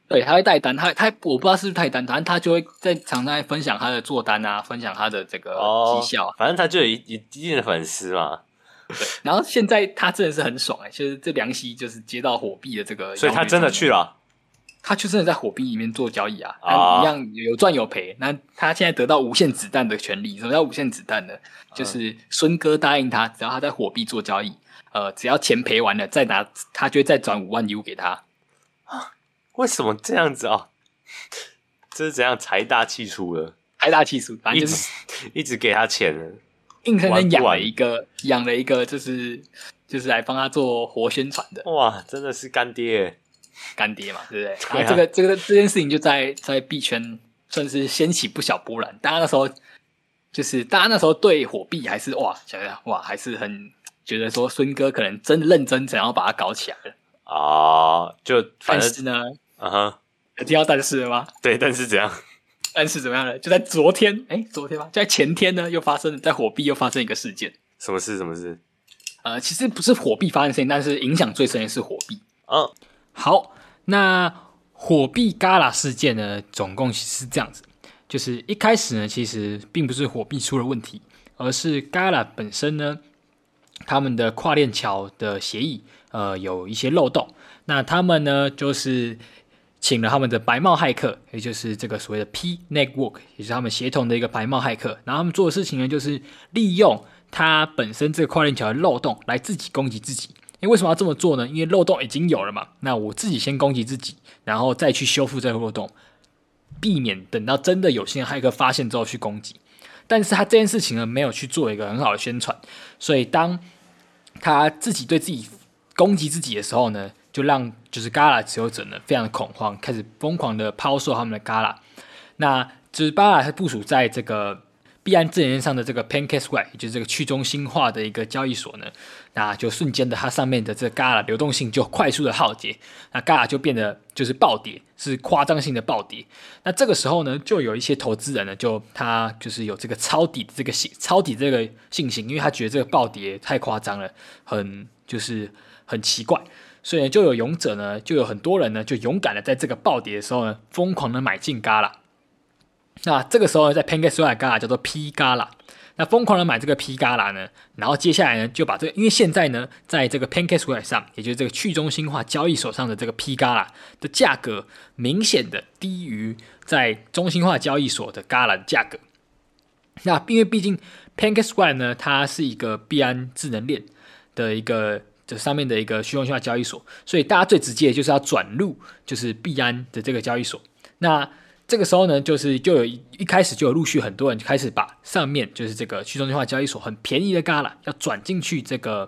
Speaker 1: 对，他会带单，他他我不知道是不是带单，反正他就会在场上分享他的做单啊，分享他的这个
Speaker 2: 哦
Speaker 1: 绩效啊，，
Speaker 2: 反正它就有一一定的粉丝嘛，
Speaker 1: 然后现在他真的是很爽哎、就是这梁希就是接到火币的这个，
Speaker 2: 所以他真的去。了，
Speaker 1: 他就真的在火币里面做交易啊，
Speaker 2: 啊
Speaker 1: 他一样有赚有赔。那他现在得到无限子弹的权利，什么叫无限子弹
Speaker 2: 嗯
Speaker 1: 呢？就是孙哥答应他，只要他在火币做交易，呃，只要钱赔完了，再拿他就会再转五万 U 给他。
Speaker 2: 为什么这样子哦？ 这是怎样财大气粗了？
Speaker 1: 财大气粗，反
Speaker 2: 一
Speaker 1: 正
Speaker 2: 直
Speaker 1: 就是
Speaker 2: 一直给他钱了，
Speaker 1: 一
Speaker 3: 硬生生
Speaker 2: 玩
Speaker 3: 养
Speaker 2: 玩
Speaker 3: 了一个养了一个，就是就是来帮他做活宣传的
Speaker 2: 哇，真的是干爹，
Speaker 3: 干爹嘛，对不对？
Speaker 2: 对啊
Speaker 3: 然后这个这个这件事情就在在币圈算是掀起不小波澜。大家那时候就是大家那时候对火币还是哇，想想哇，还是很觉得说孙哥可能真的认真想要把它搞起来了。
Speaker 2: 啊！就反
Speaker 3: 但
Speaker 2: 正
Speaker 3: 是呢，
Speaker 2: 啊哈，
Speaker 3: 有听到但是了吗？
Speaker 2: 对，但是怎样？
Speaker 3: 但是怎么样呢？就在昨天，哎，昨天吗？就在前天呢，又发生了在火币又发生一个事件。
Speaker 2: 什么事？什么事？
Speaker 3: 呃，其实不是火币发生事情，但是影响最深的是火币。
Speaker 2: 嗯
Speaker 1: 好，那火币旮旯事件呢，总共是这样子，就是一开始呢，其实并不是火币出了问题，而是旮旯本身呢，他们的跨链桥的协议，呃，有一些漏洞。那他们呢，就是请了他们的白帽骇客，也就是这个所谓的 P Network，也就是他们协同的一个白帽骇客。然后他们做的事情呢，就是利用它本身这个跨链桥的漏洞来自己攻击自己。因为什么要这么做呢？因为漏洞已经有了嘛，那我自己先攻击自己，然后再去修复这个漏洞，避免等到真的有心人骇客发现之后去攻击。但是他这件事情呢，没有去做一个很好的宣传，所以当他自己对自己攻击自己的时候呢，就让就是 Gala 持有者呢非常的恐慌，开始疯狂的抛售他们的 Gala。那就是巴拉它部署在这个币安阵营上的这个 PancakeSwap，也就是这个去中心化的一个交易所呢，那就瞬间的它上面的这个 Gala 流动性就快速的耗竭，那 Gala 就变得就是暴跌，是夸张性的暴跌。那这个时候呢，就有一些投资人呢，就他就是有这个抄底的这个信，抄底这个信心，因为他觉得这个暴跌太夸张了，很就是很奇怪。所以呢，就有勇者呢，就有很多人呢，就勇敢的在这个暴跌的时候呢，疯狂的买进 Gala。那这个时候呢，在 PancakeSwap 的 Gala 叫做 P Gala，那疯狂的买这个 P Gala 呢，然后接下来呢就把这个，因为现在呢，在这个 PancakeSwap 上，也就是这个去中心化交易所上的这个 P Gala 的价格明显的低于在中心化交易所的 Gala 的价格。那因为毕竟 PancakeSwap 呢，它是一个币安智能链的一个这上面的一个去中心化交易所，所以大家最直接的就是要转入就是币安的这个交易所。那这个时候呢，就是就有一一开始就有陆续很多人开始把上面就是这个去中心化交易所很便宜的 Gala 要转进去这个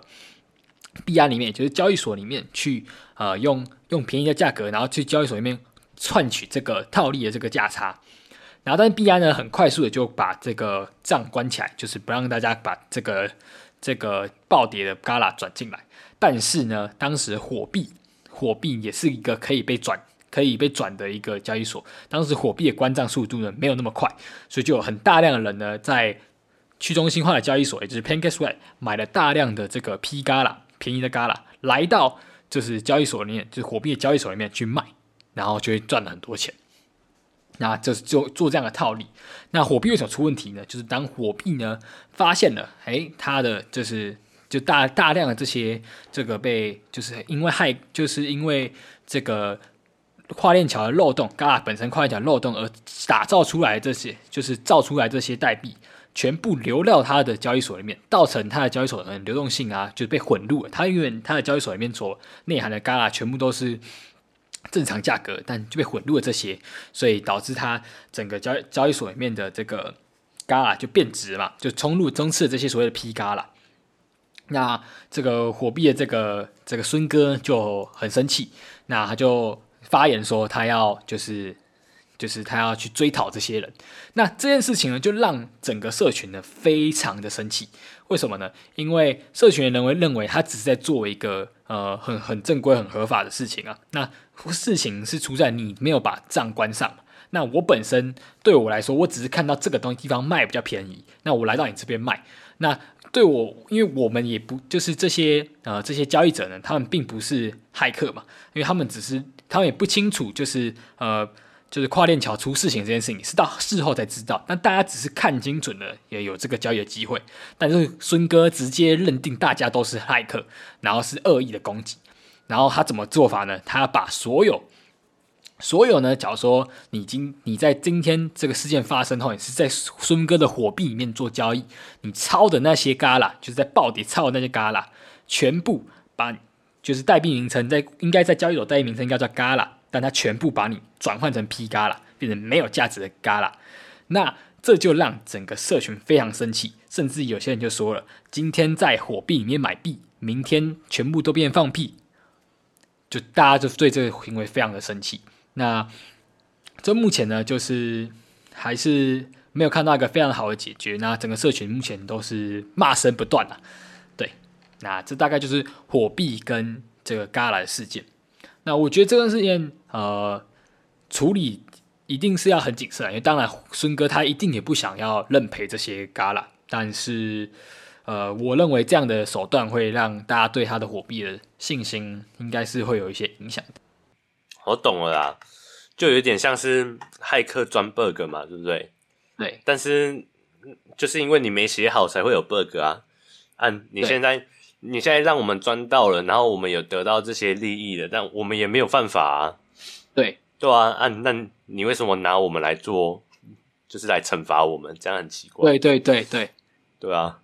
Speaker 1: 币安里面，也就是交易所里面去呃用用便宜的价格，然后去交易所里面赚取这个套利的这个价差。然后，但是币安呢，很快速的就把这个账关起来，就是不让大家把这个这个暴跌的 Gala 转进来。但是呢，当时火币火币也是一个可以被转可以被转的一个交易所，当时火币的关账速度呢没有那么快，所以就有很大量的人呢在去中心化的交易所，也就是 PancakeSwap 买了大量的这个 P Gala 便宜的 Gala 来到就是交易所里面，就是火币的交易所里面去卖，然后就会赚了很多钱。那就是做做这样的套利。那火币为什么出问题呢？就是当火币呢发现了，哎，它的就是就大大量的这些这个被就是因为害，就是因为这个跨链桥的漏洞，Gala 本身跨链桥的漏洞而打造出来这些，就是造出来这些代币，全部流到它的交易所里面，造成它的交易所的流动性啊，就是被混入了。它因为它的交易所里面所内涵的 Gala 全部都是正常价格，但就被混入了这些，所以导致它整个交易交易所里面的这个 Gala 就变值嘛，就冲入冲刺了这些所谓的 P Gala。那这个火币的这个这个孙哥就很生气，那他就发言说他要就是就是他要去追讨这些人。那这件事情呢，就让整个社群呢非常的生气。为什么呢？因为社群的人会认为他只是在做一个呃很很正规、很合法的事情啊。那事情是出在你没有把账关上嘛。那我本身对我来说，我只是看到这个东西地方卖比较便宜，那我来到你这边卖，那对我，因为我们也不就是这些呃这些交易者呢，他们并不是骇客嘛，因为他们只是他们也不清楚就是呃就是跨链桥出事情这件事情是到事后才知道，但大家只是看精准了也有这个交易的机会，但是孙哥直接认定大家都是骇客，然后是恶意的攻击，然后他怎么做法呢？他把所有所有呢，假如说你今你在今天这个事件发生后，你是在孙哥的火币里面做交易，你抄的那些旮旯，就是在暴跌抄的那些旮旯，全部把就是代币名称在应该在交易所代币名称应该叫旮旯，但它全部把你转换成 P 旮旯，变成没有价值的旮旯。那
Speaker 4: 这就让整个社群非常生气，甚至有些人就说了：今天在火币里面买币，明天全部都变放屁。就大家就对这个行为非常的生气。那这目前呢，就是还是没有看到一个非常好的解决。那整个社群目前都是骂声不断啊。对，那这大概就是火币跟这个旮旯的事件。那我觉得这个事件，呃，处理一定是要很谨慎啊，因为当然孙哥他一定也不想要认赔这些旮旯，但是呃，我认为这样的手段会让大家对他的火币的信心应该是会有一些影响的。
Speaker 2: 我懂了啦，就有点像是骇客钻 bug 嘛，对不对？
Speaker 1: 对，
Speaker 2: 但是嗯就是因为你没写好才会有 bug 啊。按你
Speaker 1: 对
Speaker 2: 现在你现在让我们钻到了，然后我们有得到这些利益的，但我们也没有犯法啊。
Speaker 1: 对，
Speaker 2: 对啊，按、那你为什么拿我们来做，就是来惩罚我们？这样很奇怪。
Speaker 1: 对，对，对，对。
Speaker 2: 对啊，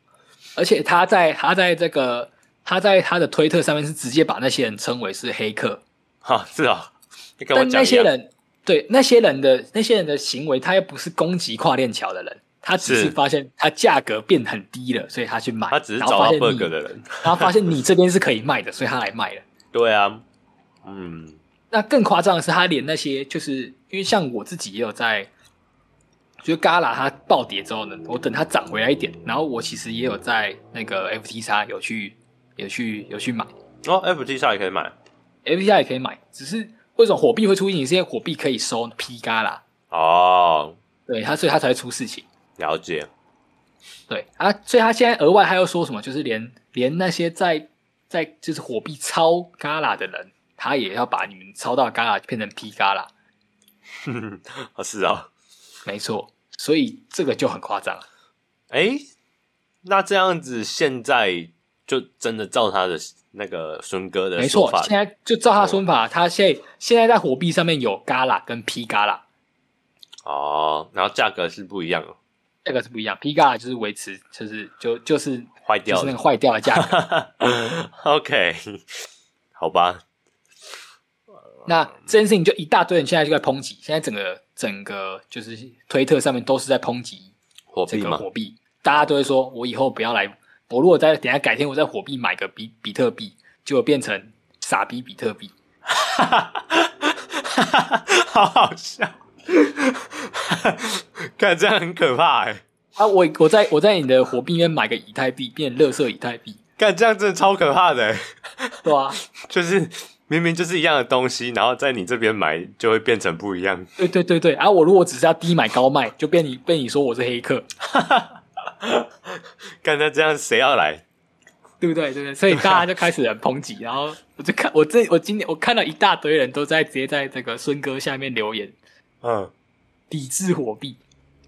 Speaker 1: 而且他在他在这个他在他的推特上面是直接把那些人称为是黑客，
Speaker 2: 哈，是啊，你跟我
Speaker 1: 但
Speaker 2: 讲
Speaker 1: 那
Speaker 2: 一
Speaker 1: 些
Speaker 2: 样
Speaker 1: 人对那些人的那些人的行为，他又不是攻击跨链桥的人，他只是
Speaker 2: 是
Speaker 1: 发现它价格变很低了，所以他去买，
Speaker 2: 他只是
Speaker 1: 然后
Speaker 2: 找
Speaker 1: 发
Speaker 2: 到
Speaker 1: 现
Speaker 2: bug
Speaker 1: 你
Speaker 2: 的人。
Speaker 1: 然后发现你这边是可以卖的，所以他来卖了。
Speaker 2: 对啊，嗯，
Speaker 1: 那更夸张的是，他连那些就是因为像我自己也有在，就是旮旯它暴跌之后呢，我等它涨回来一点，然后我其实也有在那个 FTX 有去有去有去买
Speaker 2: 哦，FT 上也可以买。
Speaker 1: ，FTX 也可以买，只是为什么火币会出现，是因为火币可以收批旮旯，
Speaker 2: 哦，
Speaker 1: 对它，所以它才会出事情。
Speaker 2: 了解。
Speaker 1: 对啊，所以他现在额外他又说什么，就是连连那些在在就是火币超旮旯的人，他也要把你们超到旮旯变成 P 旮旯，
Speaker 2: 哦，是啊。
Speaker 1: 没错，所以这个就很夸张了。
Speaker 2: 诶，哎那这样子现在就真的照他的那个孙哥的
Speaker 1: 没
Speaker 2: 说
Speaker 1: 错
Speaker 2: 法，，
Speaker 1: 现在就照他说法，他现在现在在火币上面有 Gala 跟 P Gala，
Speaker 2: 哦，然后价格是不一样的，
Speaker 1: 这个是不一样。P Gala 就是维持，就是就就是
Speaker 2: 坏
Speaker 1: 就
Speaker 2: 掉
Speaker 1: 是那个
Speaker 2: 了。
Speaker 1: 坏掉的价格。
Speaker 2: OK，好吧，
Speaker 1: 那这件事情就一大堆人现在就在抨击，现在整个整个就是推特上面都是在抨击
Speaker 2: 货
Speaker 1: 这
Speaker 2: 币
Speaker 1: 个
Speaker 2: 嘛，
Speaker 1: 火币，大家都会说我以后不要来，我如果再等一下改天我在火币买个比比特币，就变成傻逼比特币。
Speaker 2: 好好笑，看这样很可怕哎、
Speaker 1: 啊，我我在我在你的火币里面买个以太币，变乐色以太币，
Speaker 2: 干这样真的超可怕的、欸，
Speaker 1: 对啊，
Speaker 2: 就是明明就是一样的东西，然后在你这边买就会变成不一样。
Speaker 1: 对对对对，啊，我如果只是要低买高卖，就被你被你说我是黑客，
Speaker 2: 干那这样谁要来？
Speaker 1: 对不对？对不对？所以大家就开始很抨击，然后我就看我这我今天我看到一大堆人都在直接在这个孙哥下面留言
Speaker 2: 嗯，
Speaker 1: 抵制火币，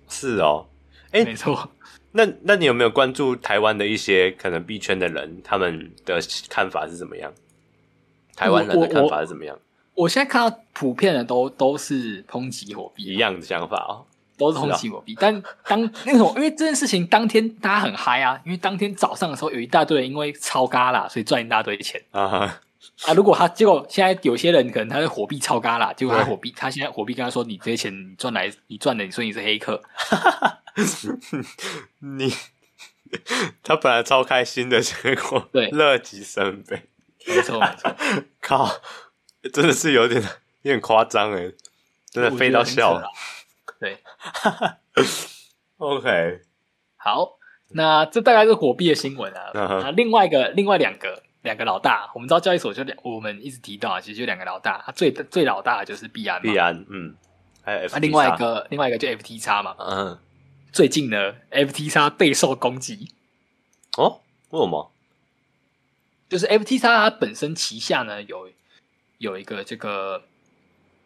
Speaker 2: 是哦。哎
Speaker 1: 没错，
Speaker 2: 那那你有没有关注台湾的一些可能币圈的人，他们的看法是怎么样？台湾人的看法是怎么样？
Speaker 1: 我现在看到普遍的都都是抨击火币，
Speaker 2: 一样的想法哦。
Speaker 1: 都是抨击火币，但当那种因为这件事情当天大家很嗨啊，因为当天早上的时候有一大堆人因为超嘎啦，所以赚一大堆钱。
Speaker 2: 啊哈，
Speaker 1: 啊，如果他结果现在有些人可能他是火币超嘎啦，结果他
Speaker 2: 对
Speaker 1: 火币他现在火币跟他说你这些钱你赚来你赚的，你说你是黑 客，
Speaker 2: 你 他本来超开心的，结果
Speaker 1: 对
Speaker 2: 乐极生悲，
Speaker 1: 没错没错，
Speaker 2: 靠，真的是有点有点夸张哎，真的
Speaker 1: 我觉
Speaker 2: 飞
Speaker 1: 得
Speaker 2: 到
Speaker 1: 很
Speaker 2: 笑
Speaker 1: 扯啊
Speaker 2: 了。
Speaker 1: 对，
Speaker 2: OK，
Speaker 1: 啊好，那这大概是火币的新闻啊。
Speaker 2: 嗯哼
Speaker 1: 那另外一个另外两个两个老大，我们知道交易所就两，我们一直提到啊，其实就两个老大，啊、最最老大的就是币安嘛，
Speaker 2: 必然，嗯，还有 F，、
Speaker 1: 啊那另外一，个另外一个就 FT x 嘛，
Speaker 2: 嗯，
Speaker 1: 最近呢 FT x 备受攻击，
Speaker 2: 哦，为什么？
Speaker 1: 就是 FT x 它本身旗下呢有有一个这个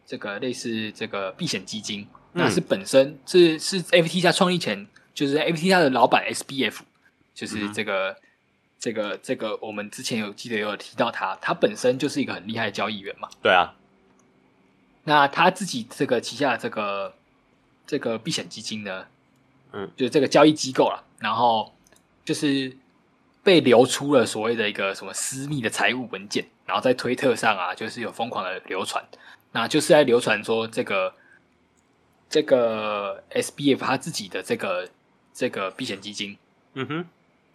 Speaker 1: 这个类似这个避险基金，那是本身是是 FT x 创立前就是 FT x 的老板 SBF，就是这个、这个这个我们之前有记得有提到他，他本身就是一个很厉害的交易员嘛。
Speaker 2: 对啊，
Speaker 1: 那他自己这个旗下的这个这个避险基金呢，
Speaker 2: 嗯，
Speaker 1: 就是这个交易机构啦，然后就是被流出了所谓的一个什么私密的财务文件，然后在推特上啊，就是有疯狂的流传，那就是在流传说这个这个 SBF 它自己的这个这个避险基金
Speaker 2: 嗯哼，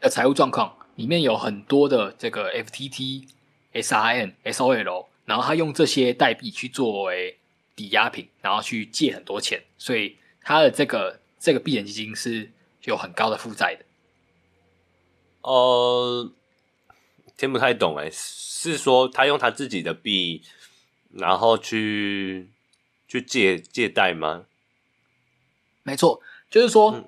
Speaker 1: 的财务状况，里面有很多的这个 FTT、SRN、SOL，然后他用这些代币去作为抵押品，然后去借很多钱，所以他的这个这个避险基金是有很高的负债的。
Speaker 2: 呃，听不太懂哎、是说他用他自己的币，然后去去借借贷吗？
Speaker 1: 没错，就是说，
Speaker 2: 嗯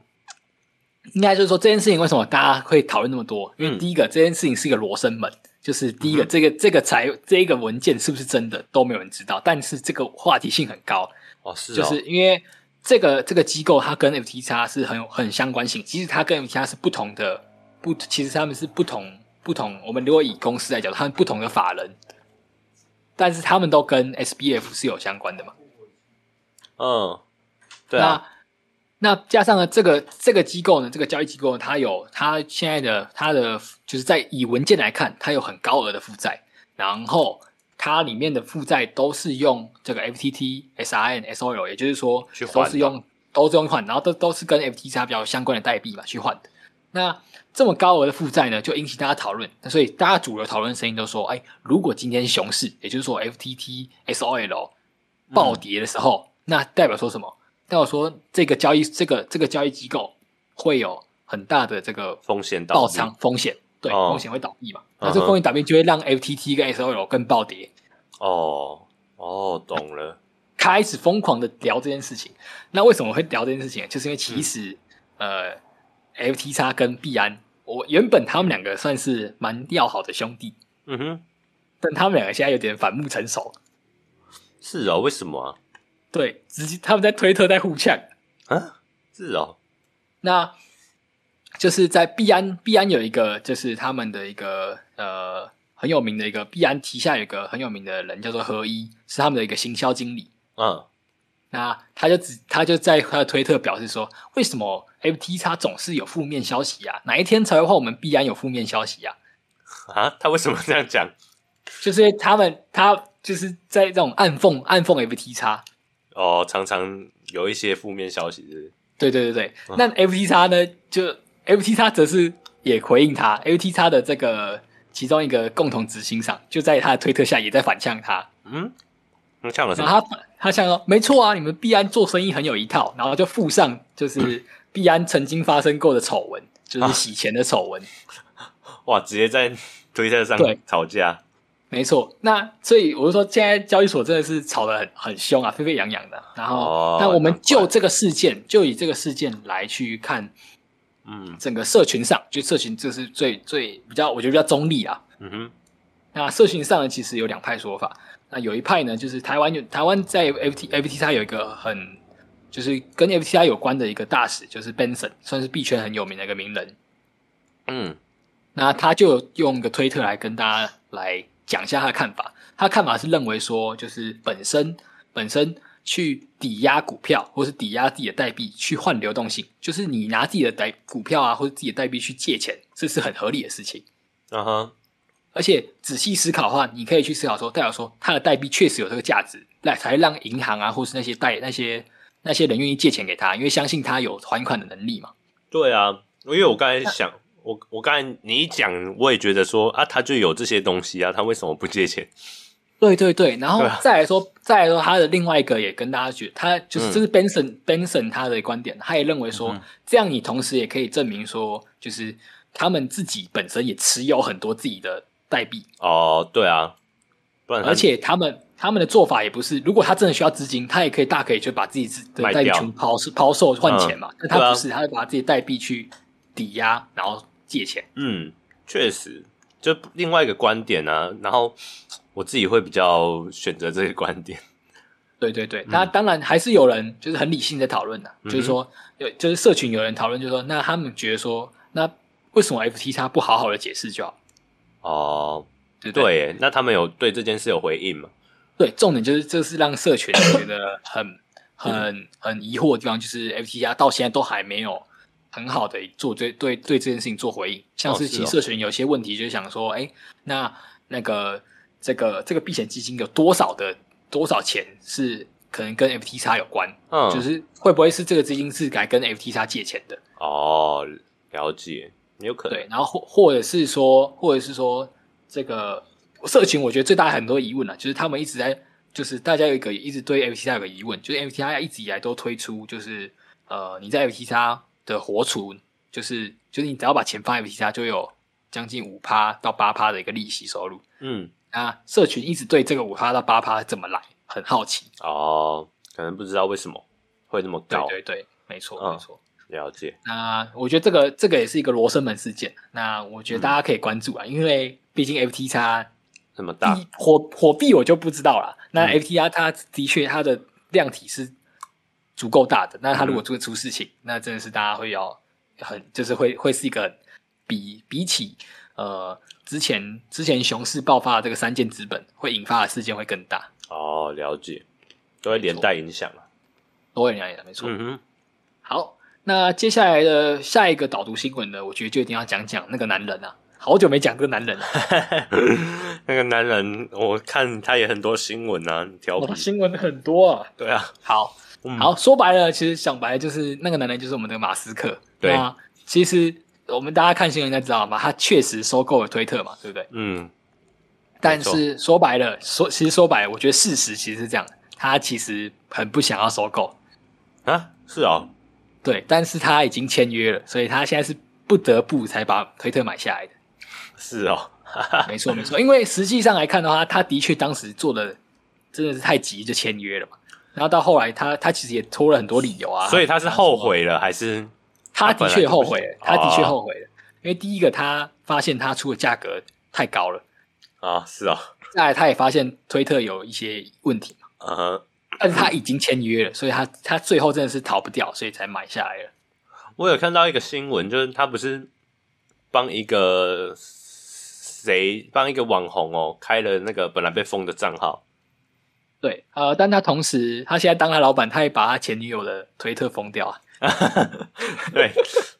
Speaker 1: 应该就是说这件事情为什么大家会讨论那么多？因为
Speaker 2: 嗯
Speaker 1: 第一个，这件事情是一个罗生门，就是第一个，这个这个财这个文件是不是真的都没有人知道，但是这个话题性很高，
Speaker 2: 哦，是哦，
Speaker 1: 就是因为这个这个机构它跟 FTX 是很有很相关性，其实它跟 FTX 是不同的，不，其实他们是不同不同。我们如果以公司来讲，他们不同的法人，但是他们都跟 SBF 是有相关的嘛？
Speaker 2: 嗯，对啊，
Speaker 1: 那那加上呢，这个这个机构呢，这个交易机构呢它有它现在的它的就是在以文件来看，它有很高额的负债，然后它里面的负债都是用这个 FTT、SRN、SOL，也就是说
Speaker 2: 去换
Speaker 1: 都
Speaker 2: 的
Speaker 1: 是用都是用换，然后都都是跟 FTX 比较相关的代币嘛去换的。那这么高额的负债呢，就引起大家讨论。那所以大家主流讨论声音都说，哎，如果今天熊市，也就是说 FTT、SOL 暴跌的时
Speaker 2: 嗯
Speaker 1: 候，那代表说什么？代表说这个交易这个这个交易机构会有很大的这个
Speaker 2: 风险
Speaker 1: 爆
Speaker 2: 导致
Speaker 1: 仓风险，对，
Speaker 2: 哦
Speaker 1: 风险会倒闭嘛？
Speaker 2: 嗯哼
Speaker 1: 那这个风险倒闭就会让 FTT 跟 SOL 更暴跌，
Speaker 2: 哦哦，懂了，
Speaker 1: 开始疯狂的聊这件事情。那为什么会聊这件事情？就是因为
Speaker 2: 嗯
Speaker 1: 其实、呃，FT x 跟币安，我原本他们两个算是蛮要好的兄弟，
Speaker 2: 嗯哼，
Speaker 1: 但他们两个现在有点反目成仇，
Speaker 2: 是哦，为什么
Speaker 1: 对，直接他们在推特在互呛。
Speaker 2: 啊？啊，是哦，
Speaker 1: 那就是在币安，币安有一个就是他们的一个呃很有名的一个币安旗下有一个很有名的人叫做合一，是他们的一个行销经理。
Speaker 2: 嗯，
Speaker 1: 那他就只他就在他的推特表示说，为什么 FT x 总是有负面消息啊？哪一天才会换我们必安有负面消息啊？
Speaker 2: 啊，他为什么这样讲？
Speaker 1: 就是因为他们他就是在这种暗讽暗讽 FT x
Speaker 2: 哦，常常有一些负面消息是不是
Speaker 1: 对对对对，
Speaker 2: 啊
Speaker 1: 那 FT x 呢？就 FT x 则是也回应他，FT x 的这个其中一个共同执行长就在他的推特下也在反呛他，
Speaker 2: 嗯，那呛了什
Speaker 1: 然
Speaker 2: 么？
Speaker 1: 后他他想说，没错啊，你们必安做生意很有一套，然后就附上
Speaker 2: 嗯
Speaker 1: 就是必安曾经发生过的丑闻，
Speaker 2: 啊
Speaker 1: 就是洗钱的丑闻。
Speaker 2: 哇，直接在推特上
Speaker 1: 对
Speaker 2: 吵架，
Speaker 1: 没错，那所以我就说，现在交易所真的是吵得很很凶啊，沸沸扬扬的。然后，
Speaker 2: 哦
Speaker 1: 那我们
Speaker 2: 难
Speaker 1: 就
Speaker 2: 怪
Speaker 1: 这个事件，就以这个事件来去看
Speaker 2: 嗯
Speaker 1: 整个社群上，就社群这是最最比较，我觉得比较中立啊。
Speaker 2: 嗯哼，
Speaker 1: 那社群上呢，其实有两派说法。那有一派呢，就是台湾有台湾在 FT FT 它有一个很就是跟 FTI 有关的一个大使，就是 Benson，算是币圈很有名的一个名人。
Speaker 2: 嗯
Speaker 1: 那他就用一个推特来跟大家来讲一下他的看法。他的看法是认为说，就是本身本身去抵押股票或是抵押自己的代币去换流动性，就是你拿自己的代股票啊或者自己的代币去借钱，这是很合理的事情。
Speaker 2: 啊哈，
Speaker 1: 而且仔细思考的话，你可以去思考说，代表说它的代币确实有这个价值，来才让银行啊，或是那些贷那些那些人愿意借钱给他，因为相信他有还款的能力嘛。
Speaker 2: 对啊，因为我刚才想，我我刚才你一讲，我也觉得说啊，他就有这些东西啊，他为什么不借钱？
Speaker 1: 对对对，然后
Speaker 2: 对啊
Speaker 1: 再来说，再来说他的另外一个也跟大家举，他就是
Speaker 2: 嗯
Speaker 1: 这是 Benson、Benson 他的观点，他也认为说，
Speaker 2: 嗯
Speaker 1: 这样你同时也可以证明说，就是他们自己本身也持有很多自己的代币，
Speaker 2: 哦，对啊，不然他
Speaker 1: 而且他们他们的做法也不是，如果他真的需要资金，他也可以大可以就把自己自的
Speaker 2: 卖
Speaker 1: 代币
Speaker 2: 掉
Speaker 1: 全部抛售抛售换钱嘛。但
Speaker 2: 对
Speaker 1: 他
Speaker 2: 啊
Speaker 1: 不是，他会把自己的代币去抵押，然后借钱。
Speaker 2: 嗯，确实，就另外一个观点啊，然后我自己会比较选择这个观点，
Speaker 1: 对对对，那当然还是有人就是很理性的讨论的，
Speaker 2: 嗯嗯哼
Speaker 1: 就是说有就是社群有人讨论，就是说那他们觉得说那为什么 FT 它不好好的解释就好？
Speaker 2: 哦，
Speaker 1: 对不对
Speaker 2: 对耶，那他们有对这件事有回应吗？
Speaker 1: 对，重点就是这是让社群觉得很
Speaker 2: 嗯
Speaker 1: 很很疑惑的地方，就是 FTR 到现在都还没有很好的做对对对这件事情做回应。像
Speaker 2: 哦
Speaker 1: 是
Speaker 2: 是
Speaker 1: 其实
Speaker 2: 哦
Speaker 1: 社群有些问题，就是想说，哎、那那个这个这个避险基金有多少的多少钱是可能跟 FTX 有关，
Speaker 2: 嗯，
Speaker 1: 就是会不会是这个资金是来跟 FTX 借钱的？
Speaker 2: 哦，了解，有可能，
Speaker 1: 对，然后或或者是说，或者是说这个社群，我觉得最大很多疑问啊，就是他们一直在，就是大家有一个一直对 FTX 有个疑问，就是 FTX 一直以来都推出，就是呃，你在 FTX 的活储，就是就是你只要把钱放在 FTX，就有将近五趴到八趴的一个利息收入。
Speaker 2: 嗯，
Speaker 1: 那社群一直对这个五趴到八趴怎么来很好奇。
Speaker 2: 哦，可能不知道为什么会那么
Speaker 1: 对
Speaker 2: 高，
Speaker 1: 对对，没错、
Speaker 2: 嗯
Speaker 1: 没错。
Speaker 2: 了解，
Speaker 1: 那我觉得这个这个也是一个罗生门事件，那我
Speaker 2: 嗯
Speaker 1: 觉得大家可以关注啊，因为毕竟 FTX
Speaker 2: 那么大
Speaker 1: 币，火火币我就不知道了。那
Speaker 2: 嗯
Speaker 1: FTR 它的确它的量体是足够大的，那它
Speaker 2: 嗯
Speaker 1: 如果出出事情，那真的是大家会要很就是会会是一个比比起呃之前之前熊市爆发的这个三件资本会引发的事件会更大。
Speaker 2: 哦，了解，都会连带影响啊了，
Speaker 1: 罗伟良也没错。
Speaker 2: 嗯哼，
Speaker 1: 好，那接下来的下一个导读新闻呢，我觉得就一定要讲讲那个男人啊，好久没讲这个男人了、
Speaker 2: 那个男人，我看他也很多新闻啊，调
Speaker 1: 哇，
Speaker 2: 皮，
Speaker 1: 新闻很多啊。
Speaker 2: 对啊，
Speaker 1: 嗯好，
Speaker 2: 嗯
Speaker 1: 哦好，说白了，其实想白了就是那个男人就是我们的马斯克。
Speaker 2: 对
Speaker 1: 那其实我们大家看新闻应该知道嘛，他确实收购了推特嘛，对不对？
Speaker 2: 嗯，
Speaker 1: 但是说白了，说其实说白了，我觉得事实其实是这样的，他其实很不想要收购，
Speaker 2: 啊，是哦，
Speaker 1: 对，但是他已经签约了，所以他现在是不得不才把推特买下来的。
Speaker 2: 是哦，
Speaker 1: 没错，没错，因为实际上来看的话，他的确当时做的真的是太急就签约了嘛。然后到后来他，他其实也拖了很多理由啊，
Speaker 2: 所以他是后悔了还是？
Speaker 1: 他的确后悔了，他
Speaker 2: 他本来就不哦
Speaker 1: 的
Speaker 2: 是
Speaker 1: 确后悔了，因为第一个他发现他出的价格太高了，
Speaker 2: 啊，是哦，
Speaker 1: 再来他也发现推特有一些问题嘛，
Speaker 2: 嗯哼，
Speaker 1: 但是他已经签约了，所以他他最后真的是逃不掉，所以才买下来了。
Speaker 2: 我有看到一个新闻，就是他不是帮一个谁帮一个网红哦开了那个本来被封的账号，
Speaker 1: 对，呃，但他同时他现在当他老板，他也把他前女友的推特封掉啊。
Speaker 2: 对，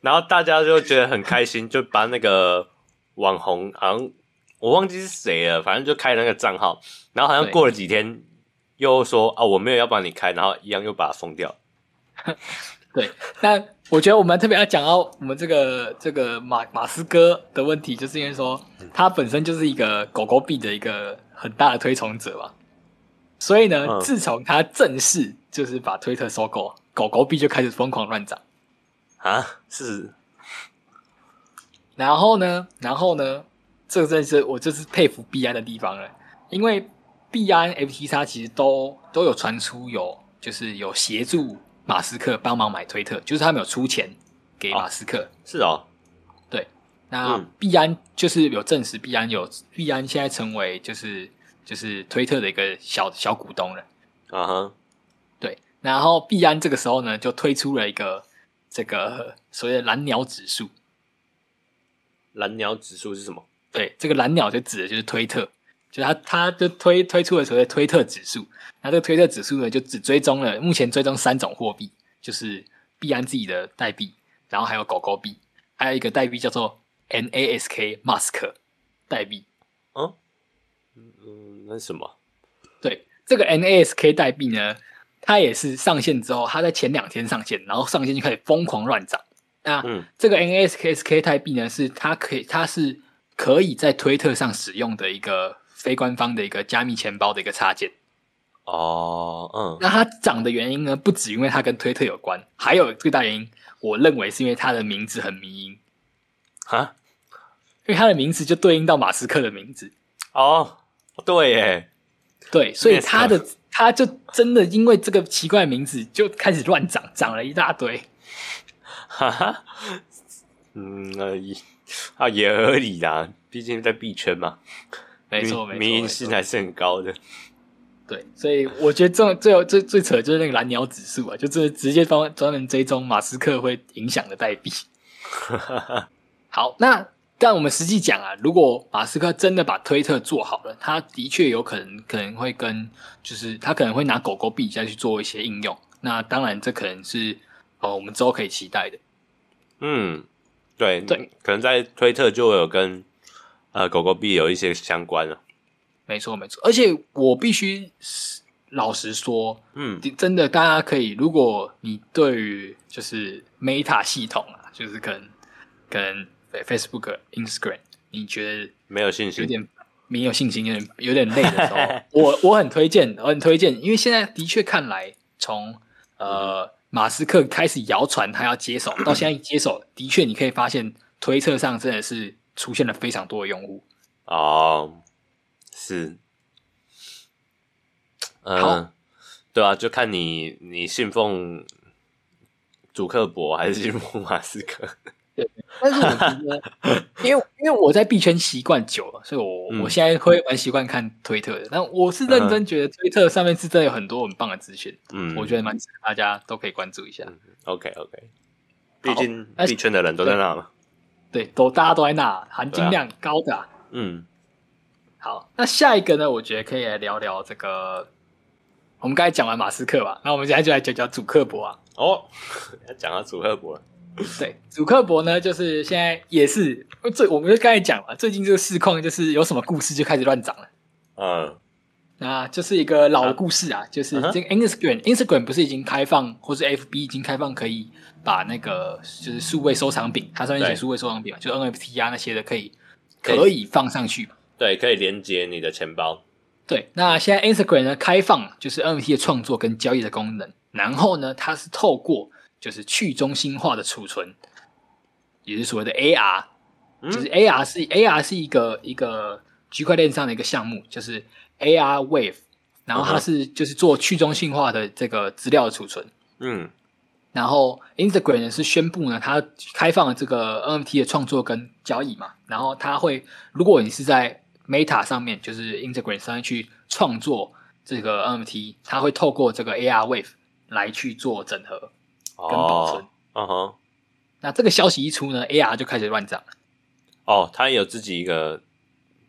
Speaker 2: 然后大家就觉得很开心，就把那个网红好像我忘记是谁了，反正就开了那个账号，然后好像
Speaker 1: 对
Speaker 2: 过了几天又说啊我没有要帮你开，然后一样又把它封掉。
Speaker 1: 对，那我觉得我们特别要讲到我们这个这个马马斯哥的问题，就是因为说他本身就是一个狗狗币的一个很大的推崇者嘛，所以呢，
Speaker 2: 嗯
Speaker 1: 自从他正式就是把推特收购，狗狗币就开始疯狂乱涨。
Speaker 2: 啊，是
Speaker 1: 然后呢，然后呢，这真是我就是佩服币安的地方了，因为币安 FTX 其实都都有传出有就是有协助马斯克帮忙买推特，就是他们有出钱给马斯克。
Speaker 2: 是哦，
Speaker 1: 那
Speaker 2: 嗯
Speaker 1: 币安就是有证实，币安有币安现在成为就是就是推特的一个小小股东了。
Speaker 2: 啊哈，
Speaker 1: 对，然后币安这个时候呢，就推出了一个这个所谓的蓝鸟指数。
Speaker 2: 蓝鸟指数是什么？
Speaker 1: 对，这个蓝鸟就指的就是推特，就是它它就推推出了所谓的推特指数。那这个推特指数呢，就只追踪了目前追踪三种货币，就是币安自己的代币，然后还有狗狗币，还有一个代币叫做 NASK Mask 代币。
Speaker 2: 嗯，那是什么？
Speaker 1: 对，这个 NASK 代币呢，它也是上线之后，它在前两天上线，然后上线就开始疯狂乱涨。那
Speaker 2: 嗯
Speaker 1: 这个 NASK 代币呢，是它可以，它是可以在推特上使用的一个非官方的一个加密钱包的一个插件。
Speaker 2: 哦，嗯
Speaker 1: 那它涨的原因呢，不只因为它跟推特有关，还有最大原因，我认为是因为它的名字很迷因，因
Speaker 2: 啊，
Speaker 1: 为它的名字就对应到马斯克的名字。
Speaker 2: 哦，对耶，
Speaker 1: 对，所以
Speaker 2: Mask
Speaker 1: 他的他就真的因为这个奇怪的名字就开始乱涨，涨了一大堆。
Speaker 2: 哈哈，嗯，呃，也啊也合理啦，毕竟在币圈嘛，
Speaker 1: 没错，没错，
Speaker 2: 迷迷
Speaker 1: 没
Speaker 2: 因
Speaker 1: 错
Speaker 2: 性还是很高的。
Speaker 1: 对，所以我觉得这最最最扯的就是那个蓝鸟指数啊，就真的直接帮专门追踪马斯克会影响的代币。好，那但我们实际讲啊，如果马斯克真的把推特做好了，他的确有可能可能会跟，就是他可能会拿狗狗币再去做一些应用。那当然，这可能是哦，我们之后可以期待的。
Speaker 2: 嗯，对
Speaker 1: 对，
Speaker 2: 可能在推特就会有跟呃狗狗币有一些相关了。
Speaker 1: 没错，没错。而且我必须老实说，
Speaker 2: 嗯，
Speaker 1: 真的大家可以，如果你对于就是 Meta 系统啊，就是可能可能 Facebook、Instagram，你觉得
Speaker 2: 没有信心
Speaker 1: 有，点没有信心，有点有点累的时候，我我很推荐，我很推荐，因为现在的确看来，从呃马斯克开始谣传他要接手，到现在接手，的确你可以发现推测上真的是出现了非常多的用户。
Speaker 2: 哦，是，嗯、
Speaker 1: 好
Speaker 2: 对啊，就看你你信奉主克伯还是信奉马斯克。
Speaker 1: 但是我觉得，因为因为我在币圈习惯久了，所以我、
Speaker 2: 嗯
Speaker 1: 我现在会蛮习惯看推特的。但我是认真觉得推特上面是真的有很多很棒的资讯，
Speaker 2: 嗯，
Speaker 1: 我觉得蛮值得大家都可以关注一下。
Speaker 2: OK OK，毕竟
Speaker 1: 那
Speaker 2: 币圈的人都在那嘛。
Speaker 1: 哎对，都大家都在那，含金量高的啊、
Speaker 2: 嗯
Speaker 1: 好，那下一个呢？我觉得可以来聊聊这个。我们刚才讲完马斯克吧，那我们现在就来讲讲祖克伯 啊。
Speaker 2: 哦，要讲到主克伯了。
Speaker 1: 对，祖克伯呢，就是现在也是最，我们就刚才讲了，最近这个市况就是有什么故事就开始乱涨了。
Speaker 2: 嗯
Speaker 1: 那就是一个老故事啊，就是
Speaker 2: 嗯哼
Speaker 1: 这个 Instagram、Instagram 不是已经开放，或是 FB 已经开放可以把那个就是数位收藏品，它上面写
Speaker 2: 对
Speaker 1: 数位收藏品嘛，就 NFT 啊那些的可以
Speaker 2: 可以
Speaker 1: 可以放上去嘛。
Speaker 2: 对，可以连接你的钱包。
Speaker 1: 对，那现在 Instagram 呢开放就是 NFT 的创作跟交易的功能，然后呢，它是透过就是去中心化的储存，也就是所谓的 AR，、
Speaker 2: 嗯
Speaker 1: 就是 AR 是 AR 是一个一个区块链上的一个项目，就是 AR Wave，然后它是就是做去中心化的这个资料的储存。
Speaker 2: 嗯
Speaker 1: 然后 Instagram 呢是宣布呢，它开放了这个 NFT 的创作跟交易嘛，然后它会，如果你是在 Meta 上面，就是 Instagram 上面去创作这个 NFT，它会透过这个 AR Wave 来去做整合跟保存。
Speaker 2: 哦，嗯哼，
Speaker 1: 那这个消息一出呢，AR 就开始乱涨了。
Speaker 2: 哦，他也有自己一个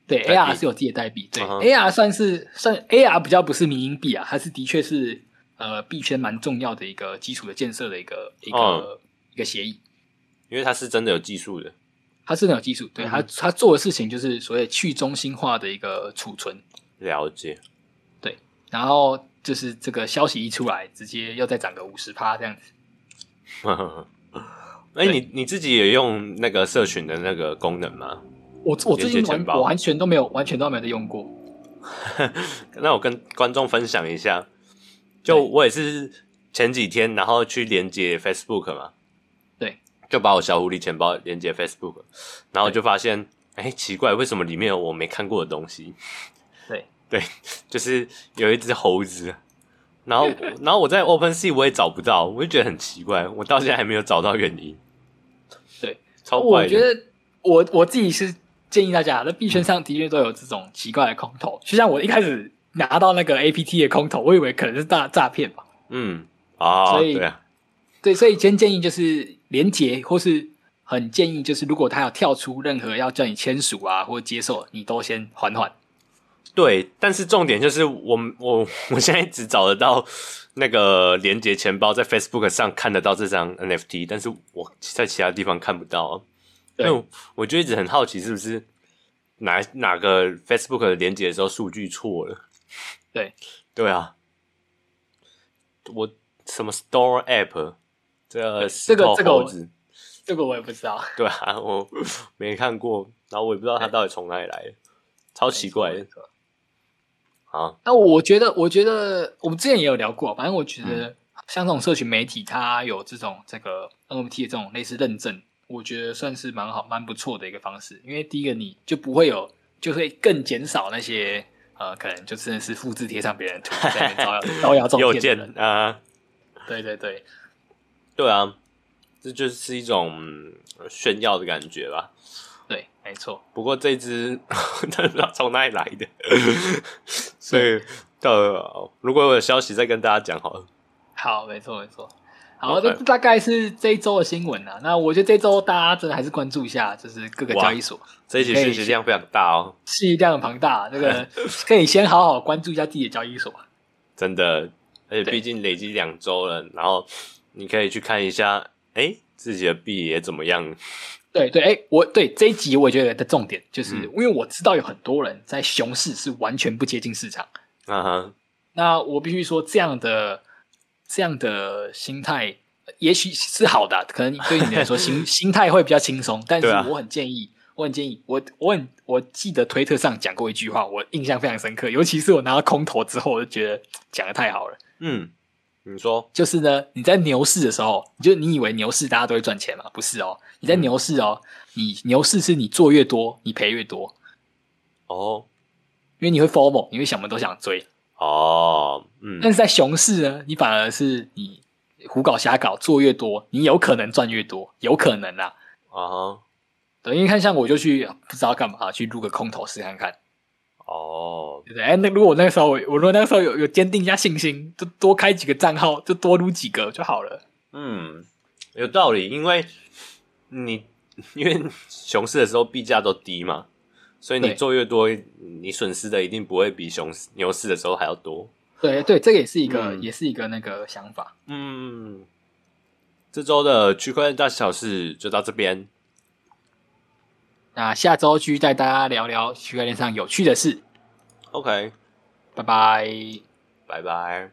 Speaker 1: 对
Speaker 2: 代币
Speaker 1: ，AR 是有自己的代币，对、
Speaker 2: 嗯哼
Speaker 1: a r 算是算 AR 比较不是民营币啊，它是的确是呃币圈蛮重要的一个基础的建设的一个一个、
Speaker 2: 哦
Speaker 1: 一个协议。
Speaker 2: 因为他是真的有技术的。
Speaker 1: 他是很有技术，对、
Speaker 2: 嗯
Speaker 1: 他他做的事情就是所谓去中心化的一个储存，
Speaker 2: 了解，
Speaker 1: 然后就是这个消息一出来，直接又再涨个五十趴这样子。
Speaker 2: 哎、
Speaker 1: 对
Speaker 2: 你你自己也用那个社群的那个功能吗？
Speaker 1: 我我最近
Speaker 2: 连接
Speaker 1: 完
Speaker 2: 钱包
Speaker 1: 我完全都没有完全都没有在用过，
Speaker 2: 那我跟观众分享一下，就
Speaker 1: 对
Speaker 2: 我也是前几天，然后去连接 Facebook 嘛，
Speaker 1: 对，
Speaker 2: 就把我小狐狸钱包连接 Facebook，然后就发现，哎、奇怪，为什么里面有我没看过的东西？
Speaker 1: 对
Speaker 2: 对，就是有一只猴子，然 后然后我在 OpenSea 我也找不到，我就觉得很奇怪，我到现在还没有找到原因。
Speaker 1: 对，
Speaker 2: 超怪
Speaker 1: 我
Speaker 2: 的，
Speaker 1: 觉得我我自己是建议大家，在币圈上的确都有这种奇怪的空投，就像我一开始拿到那个 APT 的空投，我以为可能是大诈骗吧，
Speaker 2: 嗯，啊，
Speaker 1: 所以
Speaker 2: 对啊，
Speaker 1: 对，所以先建议就是连结，或是很建议就是如果他有跳出任何要叫你签署啊或接受，你都先缓缓。
Speaker 2: 对，但是重点就是我们 我我现在只找得到那个连接钱包在 Facebook 上看得到这张 NFT，但是我在其他地方看不到、啊。
Speaker 1: 对
Speaker 2: 因为我就一直很好奇，是不是哪哪个 Facebook 的连接的时候数据错了？
Speaker 1: 对，
Speaker 2: 对啊，我什么 Store App 这
Speaker 1: 这个这个我
Speaker 2: 石头猴子
Speaker 1: 这个我也不知道，
Speaker 2: 对啊，我没看过，然后我也不知道它到底从哪里来的，超奇怪的。好，
Speaker 1: 那我觉得，我觉得我们之前也有聊过，啊反正我觉得像这种社群媒体，它有这种这个 NFT 的这种类似认证，我觉得算是蛮好、蛮不错的一个方式。因为第一个，你就不会有，就会更减少那些呃，可能就真的是复制贴上别人的图，在那边招摇招摇
Speaker 2: 右
Speaker 1: 撞骗
Speaker 2: 键
Speaker 1: 的人。
Speaker 2: 啊、
Speaker 1: 对对对，
Speaker 2: 对啊，这就是一种嗯炫耀的感觉吧。
Speaker 1: 对，没错。
Speaker 2: 不过这只 真的不知道从哪里来的， 所以呃，如果我有消息再跟大家讲好了。
Speaker 1: 好，没错没错。好，
Speaker 2: OK
Speaker 1: 这大概是这一周的新闻啊。那我觉得这周大家真的还是关注一下，就是各个
Speaker 2: 哇
Speaker 1: 交易所。
Speaker 2: 这一集信息量非常大哦，
Speaker 1: 是量很庞大，这个可以先好好关注一下自己的交易所。
Speaker 2: 真的，而且
Speaker 1: 对
Speaker 2: 毕竟累积两周了，然后你可以去看一下，哎，自己的币也怎么样？
Speaker 1: 对对，哎，我对这一集我觉得的重点就是，
Speaker 2: 嗯
Speaker 1: 因为我知道有很多人在熊市是完全不接近市场，
Speaker 2: 啊哈，
Speaker 1: 那我必须说，这样的这样的心态，呃也许是好的啊，可能对你来说 心心态会比较轻松。但是
Speaker 2: 对啊
Speaker 1: 我很建议，我很建议，我我很我记得推特上讲过一句话，我印象非常深刻，尤其是我拿到空投之后，我就觉得讲的太好了。
Speaker 2: 嗯，你说，
Speaker 1: 就是呢，你在牛市的时候，你就你以为牛市大家都会赚钱嘛？不是哦，你在牛市哦，你牛市是你做越多，你赔越多，
Speaker 2: 哦
Speaker 1: 因为你会 formal，你会什么都想追。
Speaker 2: 哦，嗯
Speaker 1: 但是在熊市呢，你反而是你胡搞瞎搞，做越多，你有可能赚越多，有可能啦。
Speaker 2: 啊哈，
Speaker 1: 对，因为看像我就去不知道干嘛去入个空头试看看，
Speaker 2: 哦
Speaker 1: 对，不对？哎，那如果我那时候我我如果那时候有有坚定一下信心，就多开几个账号，就多撸几个就好了。
Speaker 2: 嗯，有道理，因为你 因为熊市的时候币价都低嘛，所以你
Speaker 1: 对
Speaker 2: 做越多，你损失的一定不会比熊市牛市的时候还要多。
Speaker 1: 对对，这个也是一个、
Speaker 2: 嗯
Speaker 1: 也是一个那个想法。
Speaker 2: 嗯，这周的区块链大小事就到这边，
Speaker 1: 那下周继续带大家聊聊区块链上有趣的事，
Speaker 2: OK，
Speaker 1: 拜拜。
Speaker 2: 拜拜。